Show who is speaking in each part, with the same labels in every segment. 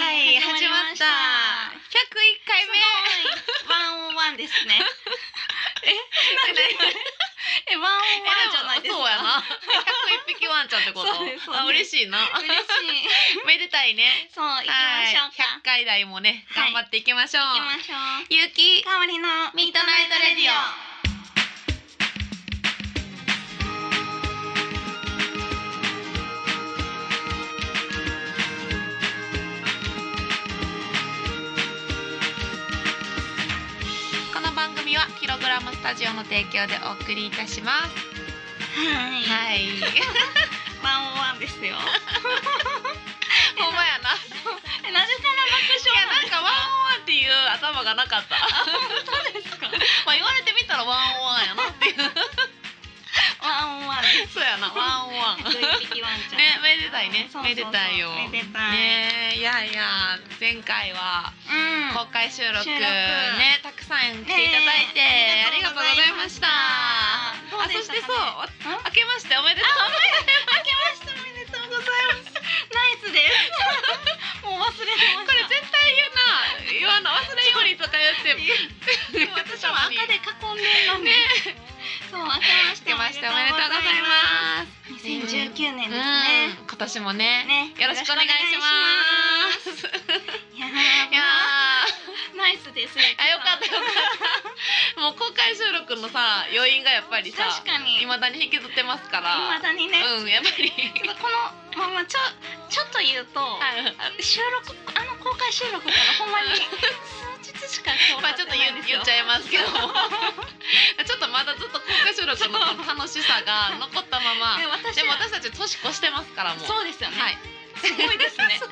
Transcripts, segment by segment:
Speaker 1: 101回目
Speaker 2: した。すごい。ワンオンワンです ね。
Speaker 1: えワンオンワンじゃないですか
Speaker 3: そうやな101匹ワンちゃんってこと
Speaker 1: そうですそうです
Speaker 3: あ嬉しいな
Speaker 2: 嬉しい。
Speaker 3: めでたいね
Speaker 2: そう、行きましょう
Speaker 3: はい
Speaker 2: か
Speaker 3: 100。回台もね
Speaker 2: はい
Speaker 3: 頑張っていきましょう、
Speaker 2: 行きましょう。
Speaker 3: ゆうき
Speaker 2: かおりのミッドナイトレディオ。
Speaker 3: この番組はキログラムスタジオの提供でお送りいたします
Speaker 2: はい。
Speaker 3: はい
Speaker 2: ワンオンワンです よ。
Speaker 3: ほんまやな
Speaker 2: え、なぜそんな爆
Speaker 3: いやなん
Speaker 2: 笑
Speaker 3: かワンオンワンっていう頭がなか った
Speaker 2: なんですか。
Speaker 3: まあ言われてみたらワンオンワンやなっていう
Speaker 2: ワンオンワンです。
Speaker 3: そうやなワンオンワン
Speaker 2: 101匹ワンちゃん。
Speaker 3: ねめでたいね
Speaker 2: そうそう
Speaker 3: め
Speaker 2: そ
Speaker 3: で
Speaker 2: う
Speaker 3: たいよ
Speaker 2: めでたい。
Speaker 3: ねえいやいや前回は
Speaker 2: うん。
Speaker 3: 公開収録
Speaker 2: 収録
Speaker 3: ねたくさん来ていただいて、
Speaker 2: ねえ
Speaker 3: ありがとうございました
Speaker 2: どう
Speaker 3: あ
Speaker 2: で
Speaker 3: そ
Speaker 2: し
Speaker 3: したて
Speaker 2: かね
Speaker 3: そうわ
Speaker 2: ん
Speaker 3: 明けましておめでとう
Speaker 2: 明けましておめでとうございます。ナイスです。 もう忘れてました。
Speaker 3: これ絶対言うな言わな忘れようにとか言って
Speaker 2: でも私も赤で囲んでるのね。そう、明け
Speaker 3: 明け
Speaker 2: ま
Speaker 3: ま
Speaker 2: し
Speaker 3: してて
Speaker 2: お
Speaker 3: お
Speaker 2: め
Speaker 3: め
Speaker 2: で
Speaker 3: で
Speaker 2: と
Speaker 3: と
Speaker 2: う
Speaker 3: う
Speaker 2: ご
Speaker 3: ご
Speaker 2: ざ
Speaker 3: ざ
Speaker 2: い
Speaker 3: い
Speaker 2: ま
Speaker 3: ます
Speaker 2: す。2019年です
Speaker 3: うん
Speaker 2: ね。
Speaker 3: 今年もね
Speaker 2: ね、
Speaker 3: よろしくお願いします
Speaker 2: す。いや
Speaker 3: いや
Speaker 2: ー、ナイスです。
Speaker 3: ーあよかったよかったもう公開収録のさ余韻がやっぱりさ
Speaker 2: 確かに。
Speaker 3: いまだに引きずってますから
Speaker 2: 未だにね。
Speaker 3: うんやっぱり
Speaker 2: ちょっとこの、まあまあ、ちょ、ちょっと言うと。収録、あの公開収録から、ほんま に。数日しか今日
Speaker 3: まあちょっと言う言っち
Speaker 2: ゃ
Speaker 3: ゃいますけども ちょっとまだずっと公開収録の楽しさが残ったまま
Speaker 2: え、私
Speaker 3: でも
Speaker 2: ら。
Speaker 3: 私たち年越してますからもう
Speaker 2: そうですよね。
Speaker 3: はい
Speaker 2: すごいです ね。
Speaker 3: ちょ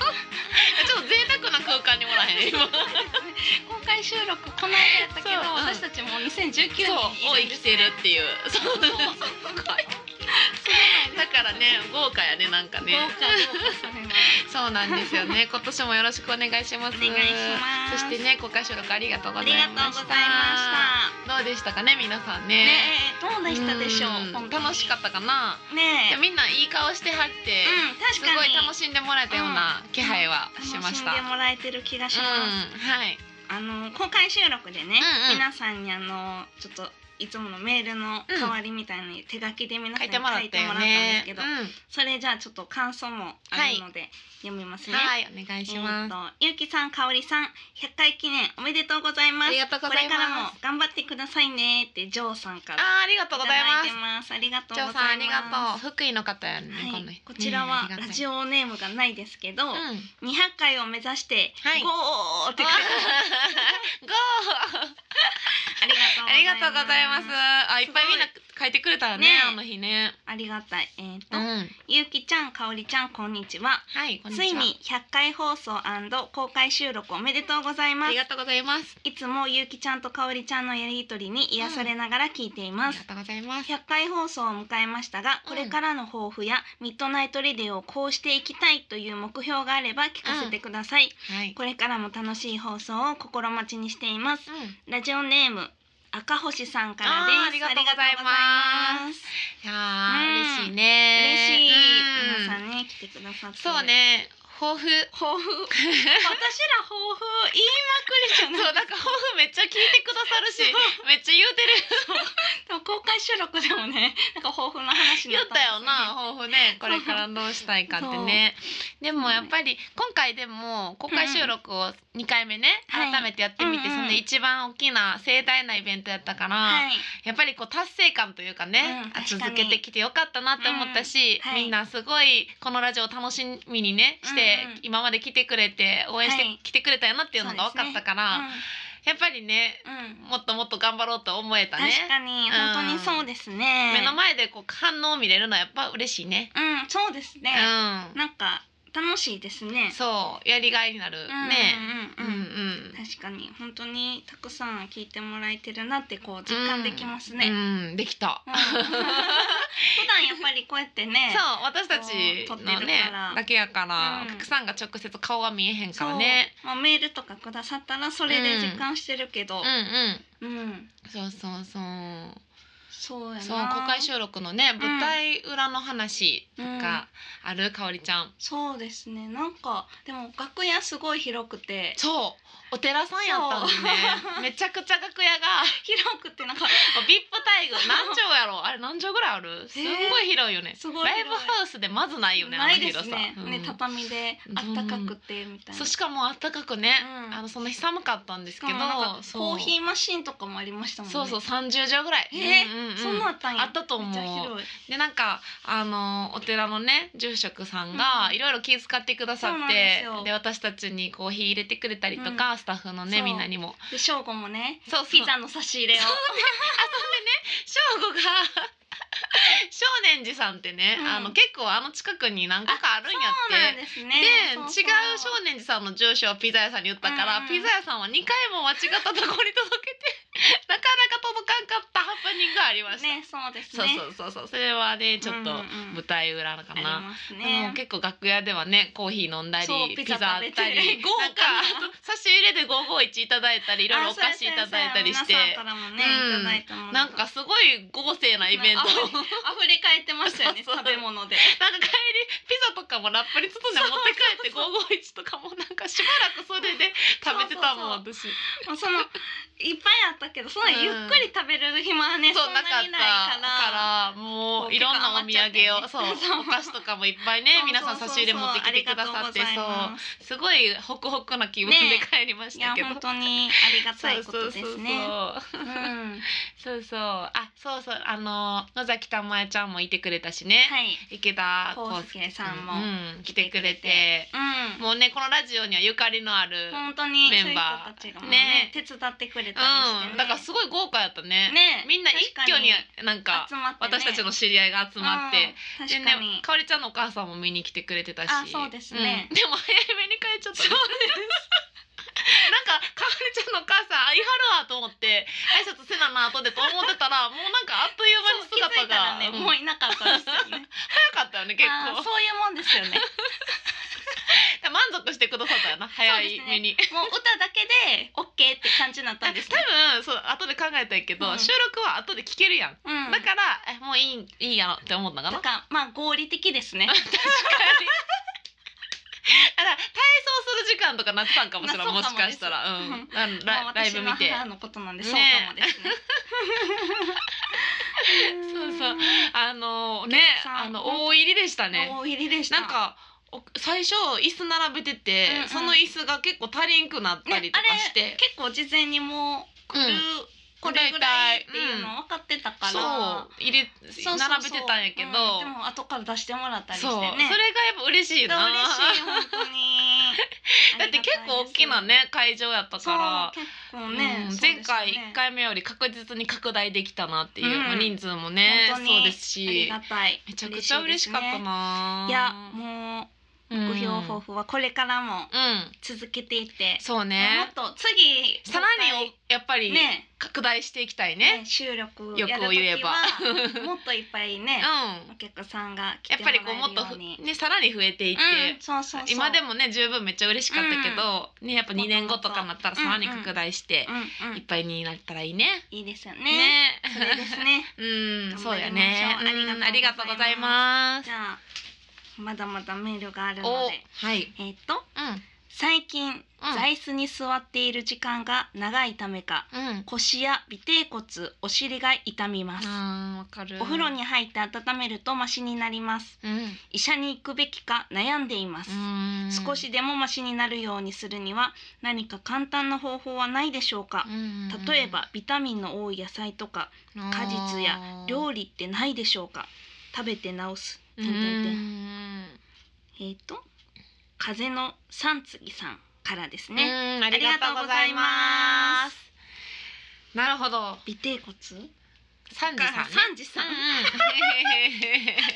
Speaker 3: っと贅沢な空間にもらへん今
Speaker 2: 公開収録この間やったけど、
Speaker 3: そううん
Speaker 2: 私たちもう2019年
Speaker 3: そうを生
Speaker 2: にいるんで
Speaker 3: き
Speaker 2: す
Speaker 3: てるっていうそう
Speaker 2: そうそう
Speaker 3: すごいだからね豪華やねなんかね
Speaker 2: 豪華豪華それは
Speaker 3: そうなんですよ ね今年もよろしくお願いします
Speaker 2: お願いします
Speaker 3: そしてね公開収録ありがとうご
Speaker 2: あ
Speaker 3: ざ
Speaker 2: り
Speaker 3: い
Speaker 2: がとう
Speaker 3: ました
Speaker 2: ございました。
Speaker 3: どうでしたかね皆さんね
Speaker 2: ねえ、どうでしたでしょう。
Speaker 3: ん楽しか
Speaker 2: っ
Speaker 3: ったかな
Speaker 2: た。ねえ、
Speaker 3: いやみんないい顔してはって、
Speaker 2: うん、
Speaker 3: す
Speaker 2: 確
Speaker 3: ご
Speaker 2: かに
Speaker 3: い楽しんでもらえたような気配はしました。
Speaker 2: 楽んでもらえてる気がします。
Speaker 3: うん、はい。
Speaker 2: あの公開収録でね、
Speaker 3: うんうん
Speaker 2: 皆さんにあのちょっと。いつものメールの代わりみたいに手書きで皆さ
Speaker 3: 書
Speaker 2: ん
Speaker 3: い
Speaker 2: に
Speaker 3: て
Speaker 2: 書
Speaker 3: もらっ
Speaker 2: い
Speaker 3: た
Speaker 2: ても
Speaker 3: よ
Speaker 2: らったんです
Speaker 3: ね。
Speaker 2: けど、
Speaker 3: う
Speaker 2: それじゃあちょっと感想もあるので読みます
Speaker 3: ん、
Speaker 2: ね。
Speaker 3: はい、お願いし
Speaker 2: え
Speaker 3: ます。
Speaker 2: ーとゆうきさん、かおりさん、100回記念おめでとうございま
Speaker 3: あ
Speaker 2: す。
Speaker 3: りがとうご
Speaker 2: こ
Speaker 3: ざい
Speaker 2: れから
Speaker 3: ま
Speaker 2: も
Speaker 3: す。
Speaker 2: 頑張ってくださいねってジョーさんから。
Speaker 3: あー、ありがとうござい
Speaker 2: ただいて
Speaker 3: ま
Speaker 2: ます。ありがと
Speaker 3: す。
Speaker 2: う
Speaker 3: ジ
Speaker 2: ご
Speaker 3: ョ
Speaker 2: ざい
Speaker 3: ー
Speaker 2: ます。
Speaker 3: さん、ありがとう。福井の方やね、
Speaker 2: は
Speaker 3: こ
Speaker 2: い
Speaker 3: の人ね
Speaker 2: こちらはラ
Speaker 3: オ。
Speaker 2: ジオネームがないですけど、
Speaker 3: うん。わー
Speaker 2: 200回を目指して、
Speaker 3: はい
Speaker 2: ゴーって
Speaker 3: ゴー
Speaker 2: 書いて
Speaker 3: ありがとうございます。
Speaker 2: す。
Speaker 3: あ、いっぱいみんな書いてくれたよね
Speaker 2: ね、
Speaker 3: あの日ね。
Speaker 2: ありがたい。えっ、と、
Speaker 3: うん。
Speaker 2: ゆうきちゃん、かおりちゃん、こんにちは。
Speaker 3: はい、こんにち
Speaker 2: つ
Speaker 3: は。
Speaker 2: いに100回放送公開収録おめでとうござい
Speaker 3: あ
Speaker 2: ます
Speaker 3: り。がとうございます。
Speaker 2: いつもゆうきちゃんとかおりちゃんのやりとりに癒されながら聞いてい
Speaker 3: あ
Speaker 2: ま
Speaker 3: り
Speaker 2: す
Speaker 3: が。とうございます。
Speaker 2: 100回放送を迎えましたが、
Speaker 3: うん
Speaker 2: これからの抱負やミッドナイトレディオをこうしていきたいという目標があれば聞かせてください。
Speaker 3: はい。
Speaker 2: これからも楽しい放送を心待ちにしています。
Speaker 3: うん。
Speaker 2: ラジオネーム赤星さんから
Speaker 3: あー
Speaker 2: です。
Speaker 3: ありがとうございま
Speaker 2: あ
Speaker 3: す
Speaker 2: りがとうございます。
Speaker 3: いやー、
Speaker 2: うん
Speaker 3: 嬉しいね。
Speaker 2: 嬉しい、
Speaker 3: うん
Speaker 2: 皆さんね来てくださって。
Speaker 3: そう。ね、抱負。
Speaker 2: 抱負。私ら抱負言いまくりじゃ
Speaker 3: そう、
Speaker 2: ない。
Speaker 3: なんか抱負めっちゃ聞いてくださるし、めっちゃ言うて
Speaker 2: で
Speaker 3: る。
Speaker 2: も公開収録でもね、なんか抱負の話に
Speaker 3: 言
Speaker 2: な
Speaker 3: ったよ
Speaker 2: っ
Speaker 3: な、抱負ね、これからどうしたいかってね。でもやっぱり、今回でも、公開収録を二回目ね、
Speaker 2: はい
Speaker 3: 改めてやってみて、
Speaker 2: うんうん
Speaker 3: その一番大きな盛大なイベントやったから。
Speaker 2: たんですよね。はい。
Speaker 3: やっぱりこう達成感というかね、
Speaker 2: うん
Speaker 3: あ
Speaker 2: 確かに
Speaker 3: 続けてきてよかったなって思ったし、
Speaker 2: うんはい
Speaker 3: みんなすごいこのラジオを楽しみにねして、
Speaker 2: うんうん
Speaker 3: 今まで来てくれて応援して
Speaker 2: はい
Speaker 3: 来てくれたよなっていうのが分かったから、やっぱりね
Speaker 2: うん。うん
Speaker 3: もっともっと頑張ろうと思えたね
Speaker 2: 確かに、
Speaker 3: うん
Speaker 2: 本当にそうですね。
Speaker 3: 目の前でこう反応を見れるのはやっぱ嬉しいね、
Speaker 2: うん、そうですね。なんか楽しいです
Speaker 3: う
Speaker 2: ね
Speaker 3: ん、。そうやりがいになるね、
Speaker 2: う
Speaker 3: うんん
Speaker 2: う
Speaker 3: う
Speaker 2: ん
Speaker 3: ん
Speaker 2: うん。確かに本当にたくさん聞いてもらえてるなってこう実感できますね。うん
Speaker 3: うんできた、
Speaker 2: 普段やっぱりこうやってね。
Speaker 3: そう私たち
Speaker 2: そう撮って
Speaker 3: の
Speaker 2: る
Speaker 3: ね
Speaker 2: から
Speaker 3: だけやか
Speaker 2: うん
Speaker 3: ら、お客さんが直接顔が見えへん
Speaker 2: そ
Speaker 3: か
Speaker 2: う
Speaker 3: らね。
Speaker 2: まあメールとかくださったらそれで実感してるけど
Speaker 3: う、んうん
Speaker 2: うん、
Speaker 3: そうそうそう。
Speaker 2: そうやな
Speaker 3: そう公開収録のね舞台裏の話
Speaker 2: うん
Speaker 3: がある、かおりちゃん
Speaker 2: そうですねなんかでも楽屋すごい広くて
Speaker 3: そうお寺さんやったんでね
Speaker 2: そう
Speaker 3: めちゃくちゃ楽屋が
Speaker 2: 広くてなんか
Speaker 3: ビップ 待遇何畳やろあれ何畳ぐらいあるすんごい広いよね、
Speaker 2: すごい
Speaker 3: ライブ
Speaker 2: 広い
Speaker 3: ハウスでまずないよね
Speaker 2: な
Speaker 3: あの
Speaker 2: いです
Speaker 3: 広さ
Speaker 2: ね,、
Speaker 3: うん
Speaker 2: ね畳であったかくてみたいな、
Speaker 3: そうしかもあったかくね、
Speaker 2: うん
Speaker 3: あのそんな寒かったんです
Speaker 2: し
Speaker 3: け
Speaker 2: か
Speaker 3: ど
Speaker 2: もなんか
Speaker 3: そう
Speaker 2: コーヒーマシンとかもありましたもんね
Speaker 3: そうそう30畳ぐらい、
Speaker 2: えー
Speaker 3: うんうんうん
Speaker 2: そんなんあったんや
Speaker 3: あったと思う
Speaker 2: めっちゃ広い
Speaker 3: でなんかあのお寺のね住職さんが
Speaker 2: うん
Speaker 3: いろいろ気遣ってくださ
Speaker 2: そう
Speaker 3: っ
Speaker 2: なんです
Speaker 3: て、
Speaker 2: よ
Speaker 3: で私たちにコーヒー入れてくれたりとか、スタッフのね
Speaker 2: そう
Speaker 3: みんなにも
Speaker 2: で正午もね
Speaker 3: そうそう
Speaker 2: ピザの差し入れを
Speaker 3: 正午が 少年寺さんってね、
Speaker 2: うん
Speaker 3: あの結構あの近くに何個かあるんや
Speaker 2: そうなん
Speaker 3: って。
Speaker 2: です
Speaker 3: で
Speaker 2: ねそうそう
Speaker 3: 違う少年寺さんの住所をピザ屋さんに言ったから、
Speaker 2: うん
Speaker 3: ピザ屋さんは2回も間違ったところに届けて なかなか届かんかったハプニングがありました、
Speaker 2: ねそうです
Speaker 3: そう
Speaker 2: ね
Speaker 3: そうそうそうそれはねちょっと
Speaker 2: うんうん
Speaker 3: 舞台裏か
Speaker 2: あり
Speaker 3: な、
Speaker 2: ます
Speaker 3: もう
Speaker 2: ね
Speaker 3: 結構楽屋ではねコーヒー飲んだり
Speaker 2: そう
Speaker 3: ピ
Speaker 2: ピ
Speaker 3: ザ
Speaker 2: ザ
Speaker 3: あった
Speaker 2: 食べ
Speaker 3: り
Speaker 2: て
Speaker 3: 豪
Speaker 2: なんか
Speaker 3: 華差し入れで551いただいたりいろいろお菓子いただいたりして
Speaker 2: あそうやそうや皆さんからもね、
Speaker 3: うん
Speaker 2: いただいたもの
Speaker 3: なんかすごい豪勢なイベント
Speaker 2: あふれあふれ返ってましたよね
Speaker 3: そうそう
Speaker 2: 食べ物で
Speaker 3: なんか帰りピザとかもラップに包んで持って帰って551とかもなんかしばらくそれで食べてたもん私
Speaker 2: もうそのいっぱいあったけどそのゆっくり食べる暇はね、
Speaker 3: そ
Speaker 2: そ
Speaker 3: うんな
Speaker 2: な
Speaker 3: かっ
Speaker 2: にないから。
Speaker 3: たからも
Speaker 2: こ
Speaker 3: う
Speaker 2: う
Speaker 3: いろんなお土
Speaker 2: 結構余っちゃってね
Speaker 3: 産をそう
Speaker 2: そう
Speaker 3: お菓子とかもいっぱいね皆さん差し入れ持ってきてくださって
Speaker 2: あり
Speaker 3: そ
Speaker 2: がとうございうます
Speaker 3: すごいホクホクな気分で
Speaker 2: ね
Speaker 3: 帰りまし
Speaker 2: いや
Speaker 3: たけど、
Speaker 2: 本当にありがたいことですね。
Speaker 3: そう
Speaker 2: うんは
Speaker 3: そうそうあそうそうあの野崎たまえちゃんもいてくれたしね、
Speaker 2: い。
Speaker 3: 池田
Speaker 2: 康
Speaker 3: 康
Speaker 2: 介さんも、
Speaker 3: うん、来てくれて
Speaker 2: うん、
Speaker 3: もうねこのラジオにはゆかりのある、
Speaker 2: 本当にそういう
Speaker 3: メ
Speaker 2: 人
Speaker 3: ンバー
Speaker 2: たちがもう
Speaker 3: ね
Speaker 2: ね手伝ってくれたりしてね。
Speaker 3: うん、だからすごい豪華やったね
Speaker 2: ね
Speaker 3: みんな一挙になんか
Speaker 2: 集まってね
Speaker 3: 私たちの知り合いが集まって、
Speaker 2: うん
Speaker 3: で
Speaker 2: 確か
Speaker 3: ね
Speaker 2: に。
Speaker 3: かおりちゃんのお母さんも見に来てくれてたし
Speaker 2: あそうですね
Speaker 3: うんでも早めに帰っちゃったそうですなんかかおりちゃんのお母さん会いはるわと思って挨拶せなな後でと思ってたらもうなんかあっという間に
Speaker 2: そう気づ
Speaker 3: 姿
Speaker 2: いたら
Speaker 3: が、
Speaker 2: ね
Speaker 3: うん
Speaker 2: もういなかったですよね。
Speaker 3: 早かったよね 結
Speaker 2: あー
Speaker 3: 構
Speaker 2: そういうもんですよね。
Speaker 3: 満足してくださったよな早い目に、
Speaker 2: もう歌だけでオッケーって感じになった
Speaker 3: あ多
Speaker 2: んですけ ど。
Speaker 3: 分そう後で考えたんやけど、
Speaker 2: うん
Speaker 3: 収録は後で聞けるやん、
Speaker 2: うん
Speaker 3: だからえもういいいいやろって思ったかな
Speaker 2: だからまあ合理的ですね。
Speaker 3: あら体操する時間とかなってたんかもしれん
Speaker 2: まあ
Speaker 3: もしかしたら、う
Speaker 2: そうかも
Speaker 3: ん、あのラライブ見て
Speaker 2: まあ私の母のことなんでそうか
Speaker 3: ね
Speaker 2: もですね。
Speaker 3: そうそうあの
Speaker 2: お
Speaker 3: ね
Speaker 2: 客さん
Speaker 3: あの大入りでしたね
Speaker 2: 大入りでした。
Speaker 3: なんかお最初椅子並べてて、
Speaker 2: うんうん
Speaker 3: その椅子が結構足りんくなったりとかして、
Speaker 2: ね、あれ結構事前にもう来る、
Speaker 3: うん
Speaker 2: これぐらいっていうの分かってたから。
Speaker 3: そう入れ
Speaker 2: そうそうそう
Speaker 3: 並べてたんやけど、
Speaker 2: うんでも後から出してもらったりして
Speaker 3: そうそれがや
Speaker 2: ね。
Speaker 3: っぱ嬉しい
Speaker 2: だ
Speaker 3: な
Speaker 2: から嬉しい本当に
Speaker 3: 。だって結構大きな
Speaker 2: ね。
Speaker 3: ね会場やった
Speaker 2: そ
Speaker 3: か
Speaker 2: う
Speaker 3: ら。
Speaker 2: 結構
Speaker 3: う
Speaker 2: ね
Speaker 3: ん。
Speaker 2: そうですよね
Speaker 3: 前回1回目より確実に拡大できたなっていう、
Speaker 2: うん
Speaker 3: 人数もね
Speaker 2: 本当に
Speaker 3: そうです
Speaker 2: あり
Speaker 3: し
Speaker 2: がたい。
Speaker 3: めちゃくちゃ嬉しかった
Speaker 2: 嬉しいで
Speaker 3: な
Speaker 2: すね。いやもう
Speaker 3: うん
Speaker 2: 目標抱負はこれからも
Speaker 3: うん
Speaker 2: 続けていって、
Speaker 3: そう
Speaker 2: も
Speaker 3: ね
Speaker 2: っと次
Speaker 3: さらにおやっぱり
Speaker 2: ね
Speaker 3: 拡大していきたいね
Speaker 2: ね収録
Speaker 3: 欲
Speaker 2: やる
Speaker 3: を言え
Speaker 2: 時
Speaker 3: ば
Speaker 2: は もっといっぱいね、
Speaker 3: う
Speaker 2: お
Speaker 3: ん
Speaker 2: 客さんが来
Speaker 3: や
Speaker 2: て
Speaker 3: っ
Speaker 2: も
Speaker 3: ぱ
Speaker 2: らえ
Speaker 3: り
Speaker 2: るよ
Speaker 3: こうもっと
Speaker 2: う
Speaker 3: ふ
Speaker 2: に。
Speaker 3: ねさらに増えていって、
Speaker 2: うん、そうそうそう
Speaker 3: 今でもね十分めっちゃ嬉しかったけど、ねやっぱ2年後とかになったらさらに拡大して
Speaker 2: うんう
Speaker 3: い
Speaker 2: ん
Speaker 3: っぱいになったらいいね。
Speaker 2: いいですよね。
Speaker 3: ね
Speaker 2: それですね。
Speaker 3: うん、
Speaker 2: 頑
Speaker 3: そ
Speaker 2: 張
Speaker 3: うや
Speaker 2: りまし
Speaker 3: ね
Speaker 2: ょう。
Speaker 3: うんあ
Speaker 2: あ
Speaker 3: り
Speaker 2: り
Speaker 3: が
Speaker 2: がと
Speaker 3: とう
Speaker 2: う
Speaker 3: ご
Speaker 2: ご
Speaker 3: ざ
Speaker 2: ざ
Speaker 3: い
Speaker 2: い
Speaker 3: ま
Speaker 2: じ
Speaker 3: す。
Speaker 2: ゃあまだまだメールがあるの
Speaker 3: お
Speaker 2: で、、
Speaker 3: はい。
Speaker 2: えっと
Speaker 3: う
Speaker 2: 最近、
Speaker 3: うん
Speaker 2: 座椅子に座っている時間が長いためか
Speaker 3: ん、うん。
Speaker 2: 腰や尾てい骨、お尻が痛みます。
Speaker 3: あーわかる。
Speaker 2: お風呂。に入って温めるとマシになります
Speaker 3: うん。
Speaker 2: 医者に行くべきか悩んでいます、
Speaker 3: うん
Speaker 2: 少。しでもマシになるようにするには何か簡単な方法はないでしょうか、
Speaker 3: うん
Speaker 2: 例えばビタミンの多い野菜とか果実や料理ってないでしょうか食べて治す
Speaker 3: う
Speaker 2: てんてんてん
Speaker 3: ん
Speaker 2: えっ、と風の三次さんからです
Speaker 3: ね
Speaker 2: ね、
Speaker 3: ありがとうございます。なるほど。
Speaker 2: 尾てい骨
Speaker 3: サンジさんね。
Speaker 2: 三次さん
Speaker 3: うん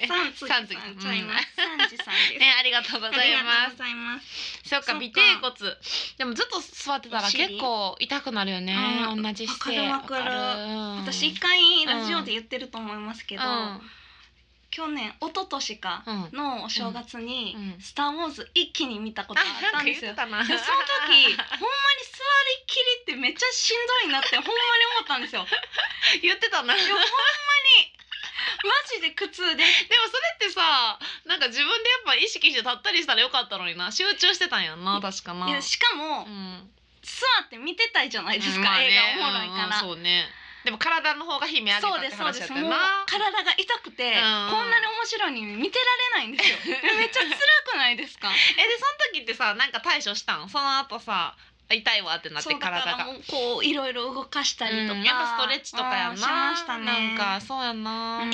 Speaker 2: 三次さん
Speaker 3: 三次うん
Speaker 2: ちゃいます三次さんです、
Speaker 3: ね、ありがとうござ
Speaker 2: あり
Speaker 3: い
Speaker 2: が
Speaker 3: ま
Speaker 2: とう
Speaker 3: す
Speaker 2: ご。ざいます
Speaker 3: そうか、
Speaker 2: そうか
Speaker 3: 尾てい骨。でもずっと座ってたら
Speaker 2: お尻
Speaker 3: 結構痛くなるよね。
Speaker 2: うん
Speaker 3: 同じ姿勢。
Speaker 2: わかるわかる
Speaker 3: わかる
Speaker 2: 私一回ラジオで言ってると思いますけど、去年一昨年か
Speaker 3: うん。うん
Speaker 2: のお正月に
Speaker 3: うんう
Speaker 2: 「
Speaker 3: ん
Speaker 2: スター・ウォーズ」一気に見たことあ
Speaker 3: あ、
Speaker 2: った
Speaker 3: なんか
Speaker 2: んで
Speaker 3: 言っ
Speaker 2: す
Speaker 3: て
Speaker 2: よ。
Speaker 3: たな。
Speaker 2: でその時ほんまに座 りっきりってめっちゃしんどいなってほんまに思ったんですよ。ほんま
Speaker 3: 言ってたな。
Speaker 2: にマジで苦痛 です
Speaker 3: でもそれってさなんか自分でやっぱ意識して立ったりしたらよかったのにな集中してたんやんな確かない
Speaker 2: やしかも、
Speaker 3: うん
Speaker 2: 座って見てたいじゃないですか、
Speaker 3: まあね
Speaker 2: 映画おもろいから、
Speaker 3: うんそうねでも体の方が悲鳴
Speaker 2: そ
Speaker 3: 上
Speaker 2: う
Speaker 3: げ
Speaker 2: で
Speaker 3: たって
Speaker 2: すそうで
Speaker 3: 話や
Speaker 2: す
Speaker 3: った
Speaker 2: もう
Speaker 3: よな
Speaker 2: 体が痛くて、
Speaker 3: うん
Speaker 2: こんなに面白いのに見てられないんですよめっちゃ辛くないですか
Speaker 3: えでその時ってさなんか対処したんその後さ痛いわって なっ
Speaker 2: そ
Speaker 3: て
Speaker 2: うだか
Speaker 3: 体
Speaker 2: ら
Speaker 3: が
Speaker 2: もうこういろいろ動かしたりとか、
Speaker 3: うんやっぱストレッチとかやんな
Speaker 2: うんしましたね
Speaker 3: なんかそうやなわ、
Speaker 2: うん、